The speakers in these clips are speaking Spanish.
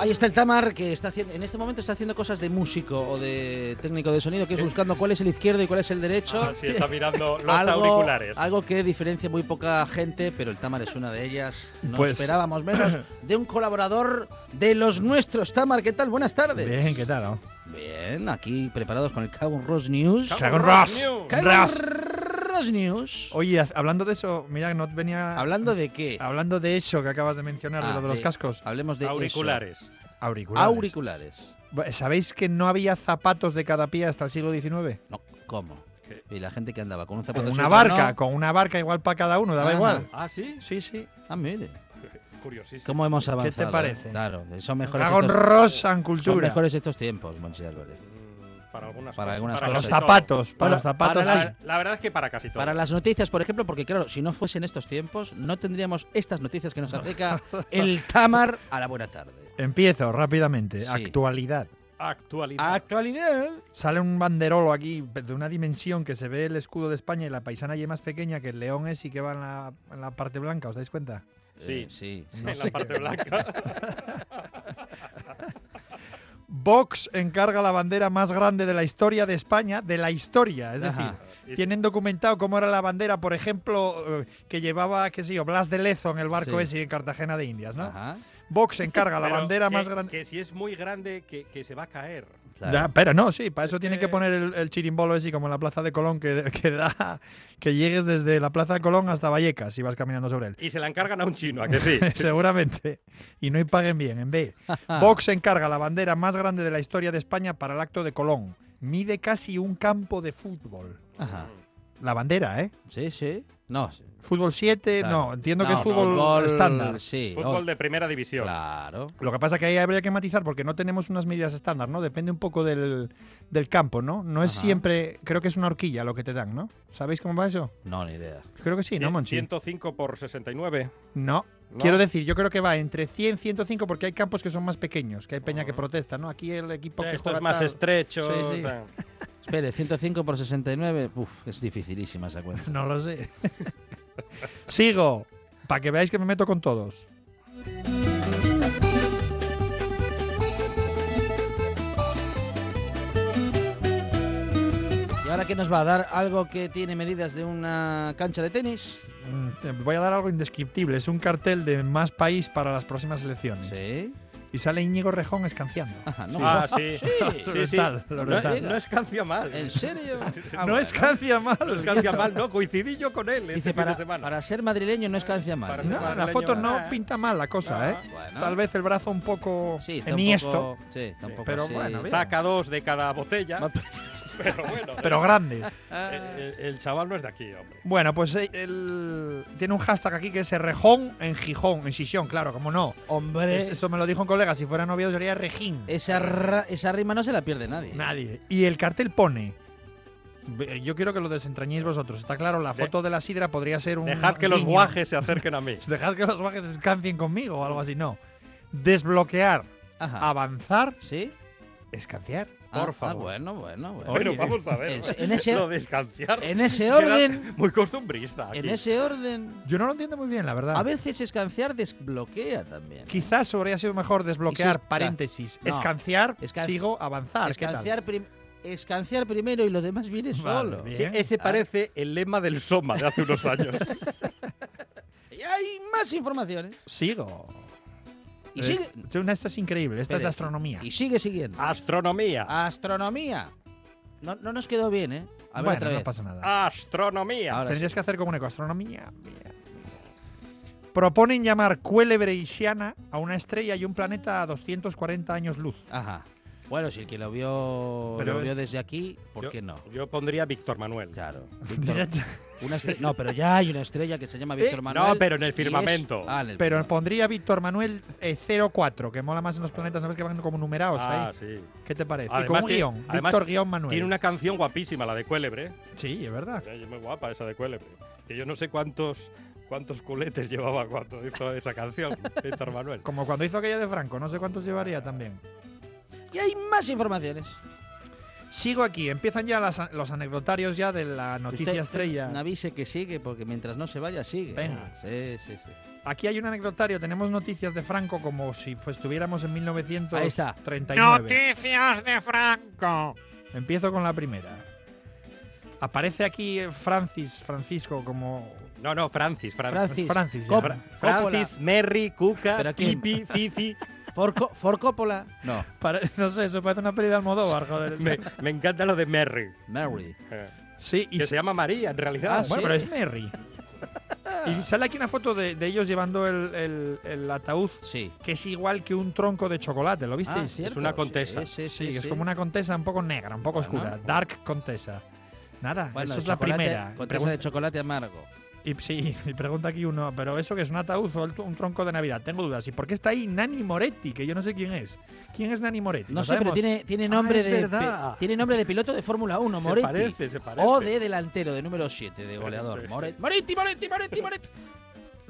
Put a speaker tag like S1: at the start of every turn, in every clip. S1: Ahí está el Tamar que está haciendo, en este momento está haciendo cosas de músico o de técnico de sonido, que es
S2: Sí.
S1: buscando cuál es el izquierdo y cuál es el derecho.
S2: Ah, sí, está mirando los
S1: algo,
S2: auriculares.
S1: algo que diferencia muy poca gente, pero el Tamar es una de ellas. No
S3: Pues-
S1: esperábamos menos de un colaborador de los nuestros. Tamar, ¿qué tal? Buenas tardes.
S3: Bien, ¿qué tal? no?
S1: Bien, aquí preparados con el Kagun Ross News.
S2: Kagun
S3: Dragon
S2: Ross
S3: Ross.
S2: News.
S1: Kagun
S3: Ross.
S1: Ross News.
S3: Oye, ha- hablando de eso, mira, no venía.
S1: Hablando de qué?
S2: Ah,
S3: hablando de eso que acabas de mencionar, de
S1: Ah,
S3: lo de los
S1: de-
S3: cascos.
S1: Hablemos de eso.
S2: Auriculares.
S3: Auriculares.
S1: Auriculares.
S3: Bu- ¿Sabéis que no había zapatos de cada pie hasta el siglo XIX?
S1: No, ¿cómo?
S2: ¿Qué?
S1: Y la gente que andaba con un zapato
S3: Con
S1: así,
S3: una
S1: otro no.
S3: barca, con una barca igual para cada uno, daba
S1: Ajá.
S3: igual.
S2: ¿Ah, sí?
S3: Sí, sí.
S1: Ah, mire.
S2: Curiosísimo.
S1: ¿Cómo hemos avanzado? eh?
S3: parece?
S1: Claro, son mejores,
S3: Dragon
S1: estos,
S3: Ross and
S1: son
S3: Cultura.
S1: mejores estos tiempos, Monchi Álvarez.
S2: Mm, Para algunas
S1: Para
S2: cosas.
S1: algunas
S3: Para los
S1: cosas.
S2: casi
S3: zapatos, para,
S1: Para-
S3: los zapatos.
S2: todo.
S1: para
S3: sí.
S2: La, la verdad es que para casi todo.
S1: Para las noticias, por ejemplo, porque claro, si no fuesen estos tiempos, no tendríamos estas noticias que nos acerca el Tamar a la buena tarde.
S3: Empiezo rápidamente.
S1: Sí.
S3: Actualidad.
S2: Actualidad.
S1: Ah, Actualidad.
S3: Sale un banderolo aquí de una dimensión que se ve el escudo de España y la paisana y es más pequeña que el león es y que va en la, en la parte blanca, ¿os dais cuenta?
S2: Sí.
S1: Eh, sí.
S2: en la parte blanca.
S3: Vox encarga la bandera más grande de la historia de España, de la historia, es decir,
S1: Ajá.
S3: tienen documentado cómo era la bandera, por ejemplo, eh, que llevaba, qué sé yo, Blas de Lezo en el barco
S1: Sí.
S3: ese en Cartagena de Indias, ¿no?
S1: Ajá,
S3: Vox encarga la
S2: Pero
S3: bandera
S2: que-
S3: más grande.
S2: Que si es muy grande, que, que se va a caer.
S1: claro.
S3: Ya, pero no, sí, para eso tienen que
S2: que-
S3: poner el, el chirimbolo ese como en la Plaza de Colón que, que da que llegues desde la Plaza de Colón hasta Vallecas y vas caminando sobre él.
S2: Y se la encargan a un chino, ¿a que sí?
S3: Seguramente. Y no y paguen bien, en B. Vox encarga la bandera más grande de la historia de España para el acto de Colón. Mide casi un campo de fútbol.
S1: Ajá.
S2: Mm,
S3: La bandera, ¿eh?
S1: Sí, sí. No. sí.
S3: Fútbol 7,
S1: Claro.
S3: no, entiendo que
S1: No,
S3: es fútbol, estándar.
S1: Sí.
S2: Fútbol
S1: oh,
S2: de primera división.
S1: Claro.
S3: Lo que pasa que ahí habría que matizar porque no tenemos unas medidas estándar, ¿no? Depende un poco del, del campo, ¿no? No es
S1: Ajá.
S3: siempre, creo que es una horquilla lo que te dan, ¿no? ¿Sabéis cómo va eso? Pues
S1: No, ni idea.
S3: Creo que sí, ¿no,
S2: Cien-
S3: Monchi?
S2: 105 por 69.
S3: No.
S2: ¿no?
S3: Quiero decir, yo creo que va entre 100 105 porque hay campos que son más pequeños, que hay peña que protesta, ¿no? Aquí el equipo que
S2: Esto
S3: juega
S2: es más
S3: tal-
S2: estrecho.
S3: Sí, sí.
S2: o sea,
S1: Espere, 105 por 69. Uf, es dificilísima esa cuenta.
S3: No lo sé. Sigo, para que veáis que me meto con todos.
S1: ¿Y ahora qué nos va a dar? ¿Algo que tiene medidas de una cancha de tenis?
S3: Mm, te Voy a dar algo indescriptible. Es un cartel de más país para las próximas elecciones.
S1: Sí.
S3: Y sale Íñigo Rejón escanciando.
S1: Ajá, no.
S2: Ah, sí.
S1: sí.
S2: Sí, sí.
S3: Lorental,
S2: No,
S3: Lorental.
S2: no escancia mal.
S1: ¿En serio?
S2: Este
S1: Ah,
S3: no
S1: bueno.
S3: escancia
S2: No
S3: mal.
S2: escancia mal, no. Coincidí yo con él este
S1: Dice,
S2: fin
S1: para,
S2: de semana.
S1: para ser madrileño no es cancia mal.
S2: Para ser
S3: No,
S1: ¿no?
S3: la
S2: madrileño,
S3: foto
S2: nada,
S3: no
S2: ¿eh?
S3: pinta mal la cosa, ¿eh?
S1: Bueno.
S3: Tal vez el brazo un poco
S1: Sí, está un
S3: enhiesto,
S1: poco- sí, está un
S2: Sí,
S1: poco
S3: pero
S1: así.
S3: bueno, bien.
S2: Saca dos de cada botella.
S1: Va-
S2: Pero bueno. eh,
S3: pero grandes.
S1: Ah,
S2: El, el- el chaval no es de aquí, hombre.
S3: Bueno, pues eh, el- tiene un hashtag aquí que es Rejón en Gijón, en Sisión, claro, como no.
S2: eh,
S1: Hombre,
S3: Es- eso me lo dijo un colega, si fuera novio sería Rejín.
S1: esa, ra- esa rima no se la pierde nadie.
S3: Nadie. Y el cartel pone. "Ve- Yo quiero que lo desentrañéis vosotros. Está claro, la
S2: De-
S3: foto de la sidra podría ser un.
S2: Dejad que los
S3: guiño.
S2: guajes se acerquen a mí.
S3: Dejad que los guajes escancien conmigo o algo así. No. Desbloquear,
S1: Ajá.
S3: avanzar,
S1: ¿Sí?
S3: Ah. escanciar.
S1: Ah,
S2: Ah, Por
S1: ah,
S2: favor.
S1: bueno, bueno, bueno.
S3: Oye,
S2: Pero vamos a ver.
S1: es- en ese-
S2: Lo de escanciar.
S1: En ese
S2: queda
S1: orden,
S2: Muy costumbrista.
S1: en
S2: aquí. Ah.
S1: ese orden,
S3: Yo no lo entiendo muy bien, la verdad.
S1: a veces escanciar desbloquea también.
S3: Quizás habría sido mejor desbloquear
S1: Y si-
S3: paréntesis.
S1: No.
S3: Escanciar,
S1: Escan-
S3: sigo, avanzar. ¿qué tal?
S1: Escanciar, prim- escanciar primero y lo demás viene
S3: Vale,
S1: solo.
S3: bien.
S2: Sí, ese parece el lema del Soma de hace unos años.
S1: Y hay más informaciones.
S3: Sigo.
S1: Y
S3: Eh,
S1: sigue,
S3: Una, esta es increíble, esta es
S1: Espere,
S3: de astronomía. Ah.
S1: y sigue siguiendo.
S2: Astronomía.
S1: Astronomía. No, no nos quedó bien, ¿eh? A ver
S3: Bueno,
S1: otra
S3: no
S1: vez.
S3: pasa nada.
S2: Ah. Astronomía.
S1: Ahora
S3: Tendrías
S1: sí.
S3: que hacer como un eco. Astronomía. mira, mira. Proponen llamar cuélebre Isiana a una estrella y un planeta a 240 años luz.
S1: Ajá. Bueno, si el que lo vio,
S3: Pero
S1: lo
S3: es-
S1: vio desde aquí, ¿por
S2: Yo-
S1: qué no?
S2: Yo pondría Víctor Manuel.
S1: Claro. Víctor- una estre- no, pero ya hay una estrella que se llama
S2: Eh,
S1: Víctor Manuel.
S2: no, pero en el
S1: y es-
S2: firmamento.
S1: Ah, en el
S3: Pero
S1: firmamento.
S3: pondría Víctor Manuel eh, 04, que mola más en los planetas, ¿sabes? Que van como numerados
S2: Ah,
S3: ahí.
S2: sí.
S3: ¿Qué te parece? y
S2: Además
S3: con un
S2: tiene-
S3: guión.
S2: además
S3: Víctor guión Manuel.
S2: Tiene una canción guapísima, la de Cuélebre.
S3: Sí, es verdad.
S2: Ya, Muy guapa esa de Cuélebre. Que yo no sé cuántos cuántos culetes llevaba cuando hizo esa canción, Víctor Manuel.
S3: Como cuando hizo aquella de Franco, no sé cuántos llevaría también.
S1: Y hay más informaciones.
S3: Sigo aquí, empiezan ya las a- los anecdotarios ya de la noticia
S1: Usted- eh,
S3: estrella.
S1: Avise que sigue, porque mientras no se vaya, sigue.
S3: Venga.
S1: Sí, sí, sí.
S3: Aquí hay un anecdotario, tenemos noticias de Franco como si fu- estuviéramos en 1939.
S1: Ahí está.
S4: Noticias de Franco.
S3: Empiezo con la primera. Aparece aquí eh, Francis, Francisco, como...
S2: No, no, Francis. Fran-
S1: Francis.
S3: Francis, ya.
S1: Cop-
S2: Fra-
S1: Coppola.
S2: Francis, Merry, Cuca,
S1: ¿Pero quién?
S2: Pipi, Cici.
S1: For, Co- For Coppola. No,
S3: Pare- no sé, eso parece una peli de Almodóvar, joder.
S2: Me, me encanta lo de Merry.
S1: Mary.
S2: eh,
S3: Sí, y
S2: Que se llama María, en realidad.
S1: Ah,
S3: Bueno,
S1: ¿sí?
S3: pero es Merry. y sale aquí una foto de, de ellos llevando el, el- el ataúd,
S1: Sí.
S3: que es igual que un tronco de chocolate, ¿lo
S1: Ah,
S3: visteis?
S1: cierto,
S2: una contesa.
S1: Sí, sí,
S3: Sí,
S1: sí,
S3: es
S1: sí.
S3: como una contesa un poco negra, un poco
S1: Bueno.
S3: oscura. Dark contesa. Nada,
S1: Bueno,
S3: eso
S1: de
S3: es la
S1: chocolate-
S3: primera. Y,
S1: Contesa de
S3: pregun-
S1: chocolate amargo.
S3: y- sí, y pregunta aquí uno, pero eso que es un ataúd o el tu- un tronco de Navidad, tengo dudas. ¿Y por qué está ahí Nani Moretti? Que yo no sé quién es. ¿Quién es Nani Moretti?
S1: No
S3: ¿Lo
S1: sé, pero
S3: sabemos?
S1: tiene, tiene
S2: Ah,
S1: nombre
S2: es
S1: de
S2: verdad.
S1: pe- tiene nombre de piloto de Fórmula 1,
S2: Se
S1: Moretti.
S2: parece, se parece.
S3: Oh,
S1: O de delantero, de número 7, de goleador.
S2: Sí, sí.
S1: Moretti, Moretti, Moretti, Moretti, Moretti.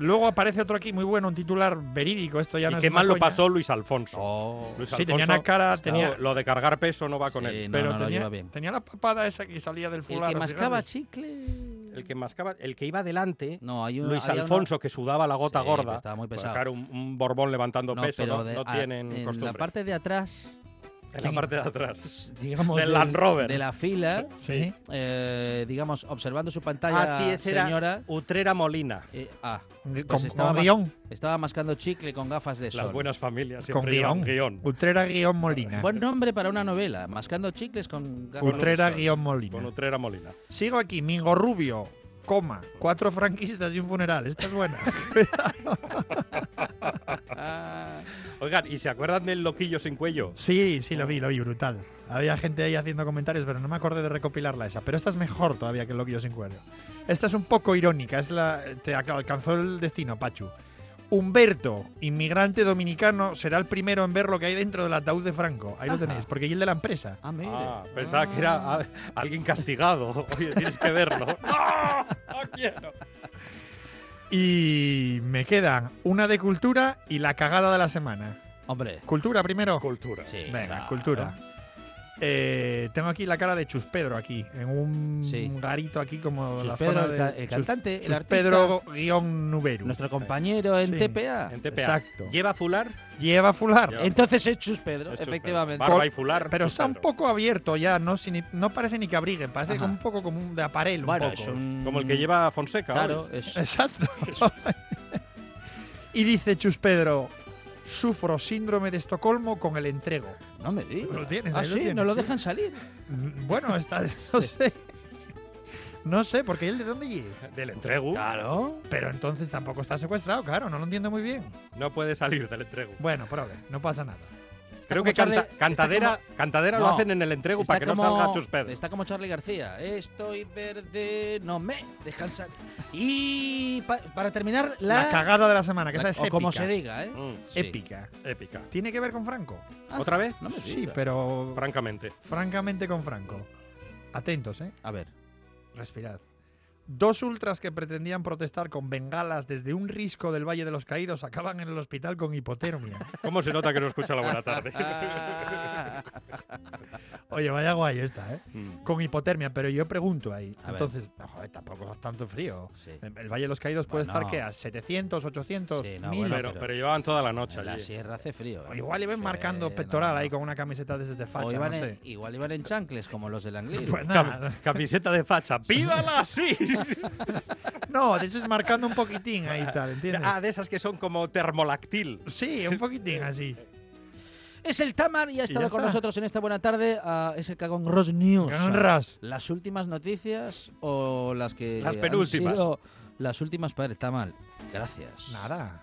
S3: Luego aparece otro aquí muy bueno, un titular verídico. Esto ya no
S2: y
S3: es
S2: qué
S3: una
S2: mal lo
S3: coña.
S2: pasó Luis Alfonso.
S1: Oh.
S2: Luis
S3: Sí, tenía
S2: Alfonso,
S3: una cara,
S2: no,
S3: tenía,
S2: Lo de cargar peso no va con
S1: Sí,
S2: él.
S1: no,
S3: pero
S1: no, lo
S3: tenía,
S1: lleva bien.
S3: tenía la papada esa que salía del
S1: El
S3: fulano.
S1: que mascaba
S3: ¿sí?
S1: chicle.
S2: El que mascaba, el que iba delante,
S1: No, hay un,
S2: Luis
S1: había una-
S2: Alfonso, que sudaba la gota
S1: Sí, pero
S2: gorda.
S1: estaba muy
S2: Pues,
S1: pesado.
S2: claro, un, un borbón levantando
S1: No,
S2: peso,
S1: pero
S2: no,
S1: de-
S2: no
S1: a-
S2: tienen
S1: en
S2: costumbre.
S1: la parte de atrás,
S2: en la parte de atrás.
S1: digamos,
S2: Del Land Rover.
S1: de la fila,
S3: Sí.
S1: eh, digamos, observando
S2: Ah,
S1: su pantalla, señora.
S2: Utrera Molina.
S1: eh, ah,
S3: Con-
S1: pues estaba,
S3: con
S1: mas-
S3: guión.
S1: estaba mascando chicle con gafas de sol.
S2: Las buenas familias
S3: Con
S2: siempre llevan
S3: guión.
S2: guión.
S3: Utrera guión Molina.
S1: Buen nombre para una novela, mascando chicles con gafas de
S3: Utrera
S1: sol.
S3: guión Molina.
S2: Con Utrera Molina.
S3: Sigo aquí, Mingo Rubio, coma, cuatro franquistas y un funeral. Esta es buena.
S1: Ah,
S2: Oigan, ¿y se acuerdan del loquillo sin cuello?
S3: sí, sí, lo vi, lo vi, brutal. Había gente ahí haciendo comentarios, pero no me acordé de recopilarla esa. Pero esta es mejor todavía que el Loquillo sin cuello. Esta es un poco irónica, es la, te ac- alcanzó el destino, Pachu. Humberto, inmigrante dominicano, será el primero en ver lo que hay dentro del ataúd de Franco. Ahí lo
S1: Ajá.
S3: tenéis, porque y el de la empresa.
S1: ah, mire.
S2: Ah, pensaba que era ah, alguien castigado. Oye, tienes que verlo. ¡No! ¡No quiero!
S3: Y me quedan una de cultura y la cagada de la semana.
S1: Hombre,
S3: Cultura primero.
S2: Cultura.
S1: sí.
S3: Venga,
S1: claro.
S3: cultura. Eh, tengo aquí la cara de Chus Pedro aquí, en un
S1: Sí.
S3: garito aquí como
S1: Chus
S3: la
S1: Pedro,
S3: zona
S1: el
S3: de
S1: ca- el cantante, el artista.
S3: Pedro guión Nuberu.
S1: Nuestro compañero en
S3: Sí.
S1: TPA.
S2: En TPA.
S3: Exacto.
S2: ¿Lleva fular?
S3: Lleva fular.
S2: Lleva-
S1: Entonces es Chus Pedro,
S2: Es Chus
S1: efectivamente.
S2: Pedro. Barba y fular.
S3: Pero
S2: Chus
S3: está un
S2: Pedro.
S3: poco abierto ya, no, Si ni- no parece ni que abriguen, parece
S1: Ajá.
S3: como un poco como un de aparel. un
S1: Bueno,
S3: poco.
S1: es un...
S2: Como el que lleva Fonseca.
S1: Mm. Claro,
S2: hoy.
S1: es...
S3: Exacto. y dice Chus Pedro, sufro síndrome de Estocolmo con el entrego.
S1: No me digas.
S3: Lo tienes,
S1: ah,
S3: ahí lo
S1: sí,
S3: tienes,
S1: no lo
S3: sí.
S1: dejan salir.
S3: Mm, Bueno, está, no sé. No sé, porque él de dónde llega.
S2: Del entregu.
S1: Claro.
S3: Pero entonces tampoco está secuestrado, claro, no lo entiendo muy bien.
S2: No puede salir del entregu.
S3: Bueno, prove, no pasa nada.
S2: Creo que
S1: como
S2: canta-
S1: Charlie-
S2: cantadera,
S1: está
S2: cantadera
S1: No,
S2: lo hacen en el entregu para que no salga Chus Pedro.
S1: está como Charlie García. Estoy verde, no me dejan salir. Y pa- para terminar, la.
S3: La, cagada de la semana, que
S1: la-
S3: esta es
S1: o
S3: épica.
S1: como se diga, ¿eh?
S2: Mm,
S1: Sí.
S3: Épica.
S2: épica.
S3: ¿Tiene que ver con Franco?
S1: Ah,
S2: ¿Otra vez?
S1: No me
S3: sí,
S1: digas.
S3: pero
S2: Francamente.
S3: francamente con Franco. Atentos, ¿eh?
S1: A ver.
S3: Respirad. Dos ultras que pretendían protestar con bengalas desde un risco del Valle de los Caídos acaban en el hospital con hipotermia.
S2: ¿Cómo se nota que no escucha la buena tarde?
S1: Ah,
S3: Oye, vaya guay esta, ¿eh?
S2: Mm.
S3: Con hipotermia, pero yo pregunto ahí.
S1: A ver.
S3: entonces, no, joder, tampoco es tanto frío.
S1: sí.
S3: El Valle de los Caídos puede
S1: Bueno.
S3: estar que a 700, 800,
S1: Sí, no,
S3: 1000.
S1: bueno,
S2: pero,
S1: pero-
S2: pero llevaban toda la noche
S1: En la
S2: allí.
S1: sierra hace frío.
S3: O
S1: ¿eh?
S3: Igual iban
S1: Sí,
S3: marcando
S1: no,
S3: pectoral
S1: no.
S3: ahí con una camiseta desde de
S1: O
S3: facha,
S1: iban
S3: no
S1: en-
S3: sé.
S1: igual iban en chancles, como los del Anglí.
S3: Pues
S2: Cam-
S3: nada.
S2: Camiseta de facha, pídala así.
S3: No, de hecho es marcando un poquitín ahí tal, ¿entiendes?
S2: ah, de esas que son como termolactil.
S3: Sí, un poquitín así.
S1: Es el Tamar y ha estado
S3: ya
S1: con
S3: está.
S1: nosotros en esta buena tarde. ah, es el Cagón Ross News.
S3: Con un ras.
S1: las últimas noticias o las que
S2: Las
S1: han
S2: penúltimas.
S1: sido las últimas padre está mal gracias
S3: Nada.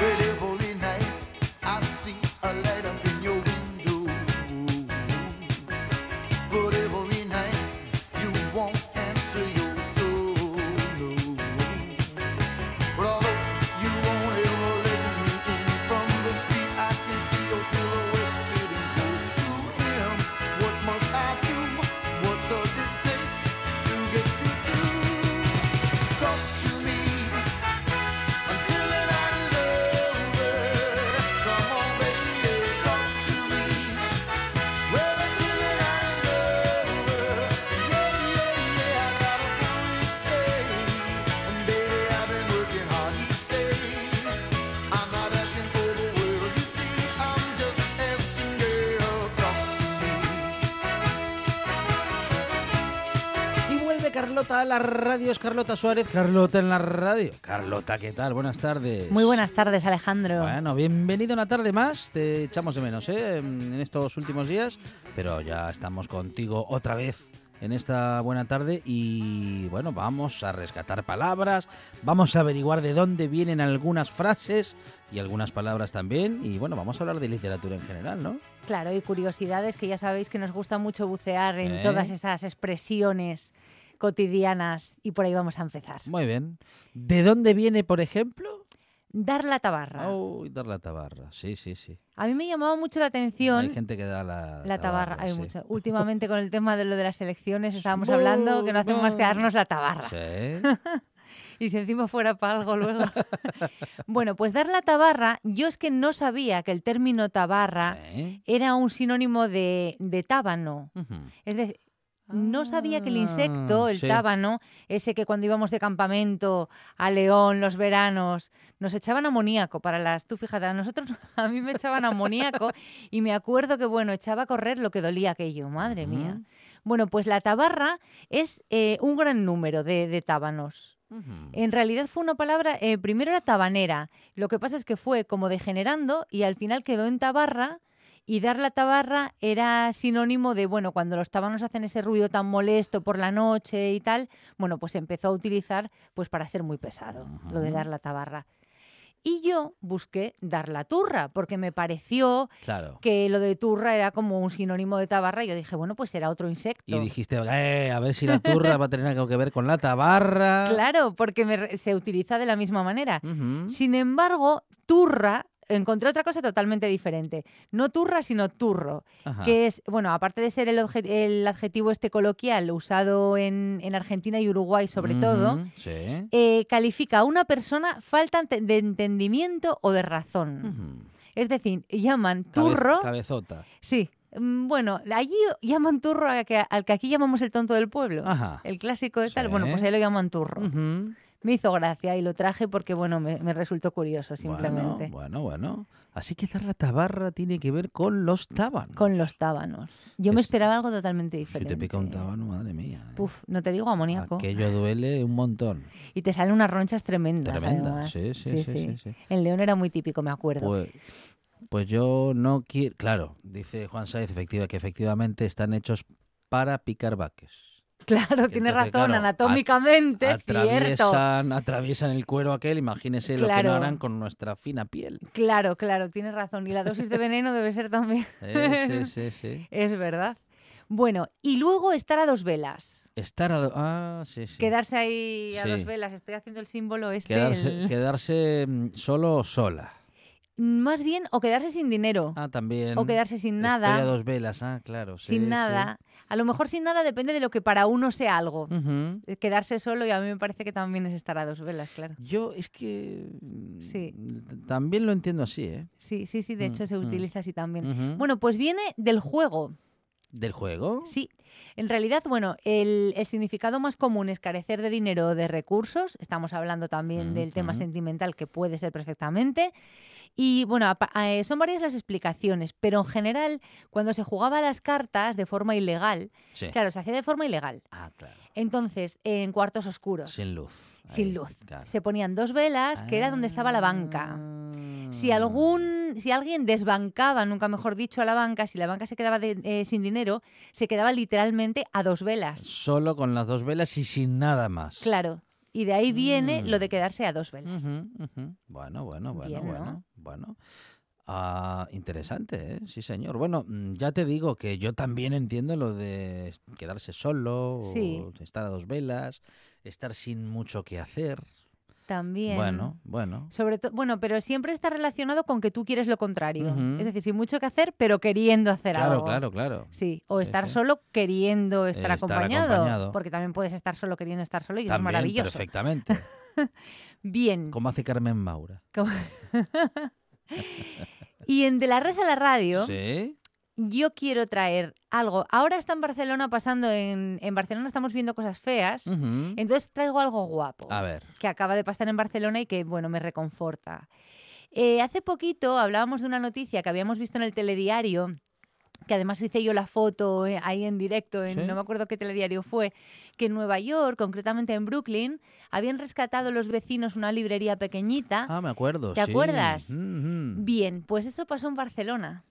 S5: Beautifully night, I see a light up in your window. But every night, you won't answer your door. No. Brother, you won't ever let me in from the street. I can see your silhouette sitting close to him. What must I do? What does it take to get you to talk to me? Until the night is over, come on, baby, talk to me. Well, until the night is over, yeah, yeah, yeah, I gotta do it, babe. Baby, I've been working hard each day. I'm not asking for the world, you see, I'm just asking, girl, talk to
S1: Y
S5: me.
S1: vuelve Carlota a la radio. Es Carlota Suárez. Carlota en la radio. Carlota, ¿qué tal? Buenas tardes.
S6: Muy buenas tardes, Alejandro.
S1: Bueno, bienvenido una tarde más. Te echamos de menos, ¿eh? En estos últimos días. Pero ya estamos contigo otra vez en esta buena tarde. Y bueno, vamos a rescatar palabras. Vamos a averiguar de dónde vienen algunas frases y algunas palabras también. Y bueno, vamos a hablar de literatura en general, ¿no?
S6: Claro, y curiosidades que ya sabéis que nos gusta mucho bucear en
S1: ¿Eh?
S6: todas esas expresiones cotidianas y por ahí vamos a empezar.
S1: Muy bien. ¿De dónde viene, por ejemplo?
S6: Dar la tabarra.
S1: Uy, dar la tabarra. Sí, sí, sí.
S6: A mí me llamaba mucho la atención
S1: Hay gente que da la,
S6: la tabarra. Hay
S1: sí.
S6: mucho. Últimamente con el tema de lo de las elecciones estábamos hablando que no hacemos más que darnos la tabarra.
S1: Sí.
S6: Y si encima fuera para algo luego. bueno, pues dar la tabarra, yo es que no sabía que el término tabarra
S1: sí.
S6: era un sinónimo de, de tábano.
S1: Ujú.
S6: Es decir, no sabía que el insecto,
S1: Ah,
S6: el
S1: sí.
S6: tábano, ese que cuando íbamos de campamento a León los veranos, nos echaban amoníaco para las... Tú fíjate, a nosotros, a mí me echaban amoníaco y me acuerdo que, bueno, echaba a correr lo que dolía aquello, madre mía. Bueno, pues la tabarra es eh, un gran número de, de tábanos.
S1: Ujú.
S6: En realidad fue una palabra, eh, primero era tabanera, lo que pasa es que fue como degenerando y al final quedó en tabarra y dar la tabarra era sinónimo de, bueno, cuando los tabanos hacen ese ruido tan molesto por la noche y tal, bueno, pues se empezó a utilizar pues para ser muy pesado lo de
S1: Ujú.
S6: dar la tabarra. Y yo busqué dar la turra porque me pareció
S1: Claro.
S6: que lo de turra era como un sinónimo de tabarra y yo dije, bueno, pues será otro insecto.
S1: Y dijiste, "Eh, a ver si la turra va a tener algo que ver con la tabarra.
S6: Claro, porque me re- se utiliza de la misma manera.
S1: Ujú.
S6: Sin embargo, turra, encontré otra cosa totalmente diferente. No turra, sino turro,
S1: Ajá.
S6: que es, bueno, aparte de ser el, obje- el adjetivo este coloquial usado en, en Argentina y Uruguay sobre
S1: Ujú,
S6: todo,
S1: Sí.
S6: eh, califica a una persona falta ente- de entendimiento o de razón.
S1: Ujú.
S6: Es decir, llaman
S1: Cabe-
S6: Mm. turro.
S1: Cabezota.
S6: Sí. Mm, Bueno, allí llaman turro a que- al que aquí llamamos el tonto del pueblo.
S1: Ajá.
S6: El clásico de tal.
S1: Sí.
S6: Bueno, pues ahí lo llaman turro.
S1: Ujú.
S6: Me hizo gracia y lo traje porque, bueno, me, me resultó curioso pues simplemente.
S1: Bueno, bueno, bueno. Así que dar la tabarra tiene que ver con los tábanos.
S6: Con los tábanos. Yo me
S1: Es-
S6: esperaba algo totalmente
S1: Si
S6: diferente.
S1: te pica un tábano, madre mía. ¿eh?
S6: Puf, no te digo amoníaco.
S1: Aquello duele un montón.
S6: Y te salen unas ronchas tremendas.
S1: Tremenda.
S6: además.
S1: Sí sí sí, sí, sí.
S6: En León era muy típico, me acuerdo.
S1: Pues, pues yo no quiero. Claro, dice Juan Sáez efectiva, que efectivamente están hechos para picar vaques.
S6: claro, tienes razón,
S1: entonces, claro,
S6: anatómicamente, cierto.
S1: Atraviesan, atraviesan el cuero aquel, imagínese lo que
S6: Claro.
S1: no harán con nuestra fina piel.
S6: Claro, claro, tienes razón. Y la dosis de veneno debe ser también.
S1: Eh, sí, sí, sí.
S6: Es verdad. Bueno, y luego estar a dos velas.
S1: Estar a. do- Ah, sí, sí.
S6: Quedarse ahí a
S1: Sí.
S6: dos velas. Estoy haciendo el símbolo este.
S1: Quedarse,
S6: el-
S1: quedarse, mm, solo o sola.
S6: Más bien, o quedarse sin dinero,
S1: Ah, también.
S6: o quedarse sin
S1: Estoy a
S6: nada,
S1: dos velas, ah, claro. sí,
S6: sin
S1: sí.
S6: nada. A lo mejor sin nada depende de lo que para uno sea algo.
S1: Ujú.
S6: Eh, Quedarse solo y a mí me parece que también es estar a dos velas, claro.
S1: Yo es que mm,
S6: Sí.
S1: t- también lo entiendo así, ¿eh?
S6: Sí, sí, sí, de
S1: Mm,
S6: hecho se
S1: mm.
S6: utiliza así también.
S1: Ujú.
S6: Bueno, pues viene del juego.
S1: ¿Del juego?
S6: Sí, en realidad, bueno, el, el significado más común es carecer de dinero o de recursos. Estamos hablando también
S1: Mm,
S6: del tema
S1: ujú.
S6: sentimental, que puede ser perfectamente. Y bueno, apa- eh, son varias las explicaciones, pero en general, cuando se jugaba a las cartas de forma ilegal,
S1: Sí.
S6: claro, se hacía de forma ilegal.
S1: Ah, claro.
S6: Entonces, en cuartos oscuros,
S1: Sin luz.
S6: sin
S1: ahí,
S6: luz,
S1: claro. Ah.
S6: se ponían dos velas, que era donde estaba la banca. Si
S1: Mm.
S6: algún, si alguien desbancaba, nunca mejor dicho, a la banca, si la banca se quedaba de- eh, sin dinero, se quedaba literalmente a dos velas.
S1: Solo con las dos velas y sin nada más.
S6: Claro. Y de ahí viene lo de quedarse a dos velas.
S1: Mm. Ujú, ujú. Bueno, bueno, bueno,
S6: Bien, ¿no?
S1: bueno, bueno. Ah, interesante, ¿eh? sí señor. Bueno, mm, ya te digo que yo también entiendo lo de est- quedarse solo, o
S6: Sí.
S1: estar a dos velas, estar sin mucho que hacer.
S6: También.
S1: Bueno, bueno.
S6: Sobre todo, bueno, pero siempre está relacionado con que tú quieres lo contrario.
S1: Ujú.
S6: Es decir, sin mucho que hacer, pero queriendo hacer
S1: Claro,
S6: algo.
S1: claro, claro.
S6: Sí, o
S1: Sí,
S6: estar
S1: sí. Eh,
S6: solo queriendo estar,
S1: estar
S6: acompañado,
S1: acompañado.
S6: Porque también puedes estar solo queriendo estar solo y eso es
S1: También,
S6: maravilloso.
S1: perfectamente.
S6: Bien.
S1: Como hace Carmen Maura.
S6: Y en De la Red a la Radio,
S1: Sí.
S6: yo quiero traer algo. Ahora está en Barcelona pasando, en, en Barcelona estamos viendo cosas feas,
S1: Ujú.
S6: entonces traigo algo guapo
S1: A ver.
S6: que acaba de pasar en Barcelona y que, bueno, me reconforta. Eh, hace poquito hablábamos de una noticia que habíamos visto en el telediario, que además hice yo la foto eh, ahí en directo, en,
S1: Sí.
S6: no me acuerdo qué telediario fue, que en Nueva York, concretamente en Brooklyn, habían rescatado los vecinos una librería pequeñita.
S1: Ah, me acuerdo.
S6: ¿Te
S1: sí.
S6: acuerdas?
S1: Ujú.
S6: Bien, pues eso pasó en Barcelona.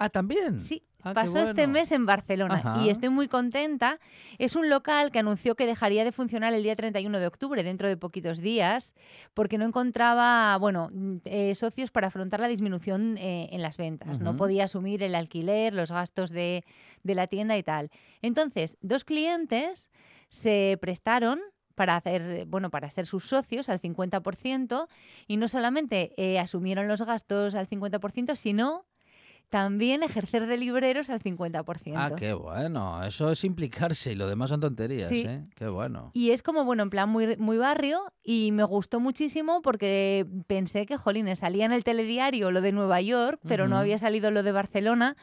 S1: Ah, también.
S6: Sí,
S1: Ah, qué
S6: pasó este
S1: bueno.
S6: mes en Barcelona
S1: Ajá.
S6: y estoy muy contenta. Es un local que anunció que dejaría de funcionar el día 31 de octubre, dentro de poquitos días, porque no encontraba, bueno, mm, eh, socios para afrontar la disminución eh, en las ventas. No
S1: Ujú.
S6: podía asumir el alquiler, los gastos de, de la tienda y tal. Entonces, dos clientes se prestaron para hacer, bueno, para ser sus socios al 50% y no solamente eh, asumieron los gastos al 50%, sino también ejercer de libreros al 50%.
S1: Ah, qué bueno. Eso es implicarse y lo demás son tonterías,
S6: Sí.
S1: ¿eh? Qué bueno.
S6: Y es como, bueno, en plan muy, muy barrio y me gustó muchísimo porque pensé que, jolines, salía en el telediario lo de Nueva York, pero no
S1: Ujú.
S6: había salido lo de Barcelona.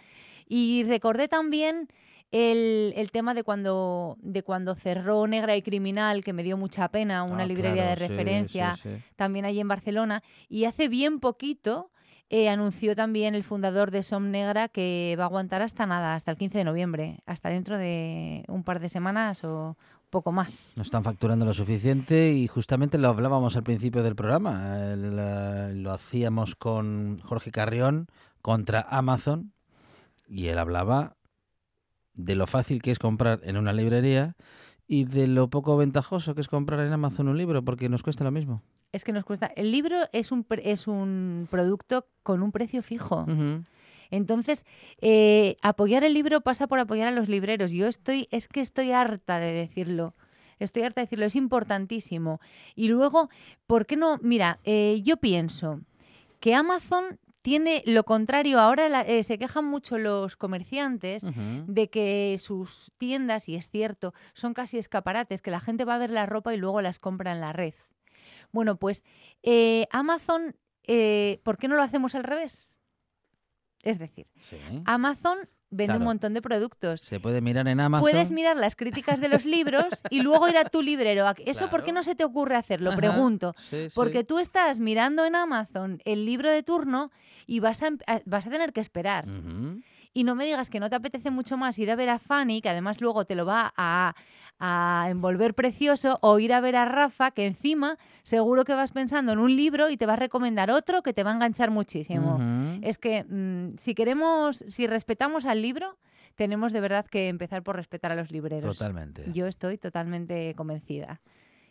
S6: Y recordé también el, el tema de cuando, de cuando cerró Negra y Criminal, que me dio mucha pena, una
S1: Ah,
S6: librería
S1: claro,
S6: de
S1: sí, sí,
S6: referencia
S1: sí.
S6: también allí en Barcelona. Y hace bien poquito eh, anunció también el fundador de Som Negra que va a aguantar hasta nada, hasta el 15 de noviembre, hasta dentro de un par de semanas o poco más.
S1: No están facturando lo suficiente y justamente lo hablábamos al principio del programa. El, eh, lo hacíamos con Jorge Carrión contra Amazon y él hablaba de lo fácil que es comprar en una librería y de lo poco ventajoso que es comprar en Amazon un libro porque nos cuesta lo mismo.
S6: Es que nos cuesta. El libro es un, pre- es un producto con un precio fijo.
S1: Mm.
S6: Entonces, eh, apoyar el libro pasa por apoyar a los libreros. Yo estoy, es que estoy harta de decirlo. Estoy harta de decirlo, es importantísimo. Y luego, ¿por qué no? Mira, eh, yo pienso que Amazon tiene lo contrario. Ahora la- eh, se quejan mucho los comerciantes
S1: Ujú.
S6: de que sus tiendas, y es cierto, son casi escaparates, que la gente va a ver la ropa y luego las compra en la red. Bueno, pues eh, Amazon, eh, ¿por qué no lo hacemos al revés? Es decir,
S1: Sí.
S6: Amazon vende
S1: Claro.
S6: un montón de productos.
S1: Se puede mirar en Amazon.
S6: Puedes mirar las críticas de los libros y luego ir a tu librero. ¿Eso por qué
S1: Claro.
S6: no se te ocurre hacerlo?
S1: Ajá.
S6: Pregunto.
S1: Sí, sí.
S6: Porque tú estás mirando en Amazon el libro de turno y vas a, em- a- vas a tener que esperar.
S1: Ujú.
S6: Y no me digas que no te apetece mucho más ir a ver a Fanny, que además luego te lo va a, a envolver precioso, o ir a ver a Rafa, que encima seguro que vas pensando en un libro y te va a recomendar otro que te va a enganchar muchísimo.
S1: Ujú.
S6: Es que mm, si queremos, si respetamos al libro, tenemos de verdad que empezar por respetar a los libreros.
S1: Totalmente.
S6: Yo estoy totalmente convencida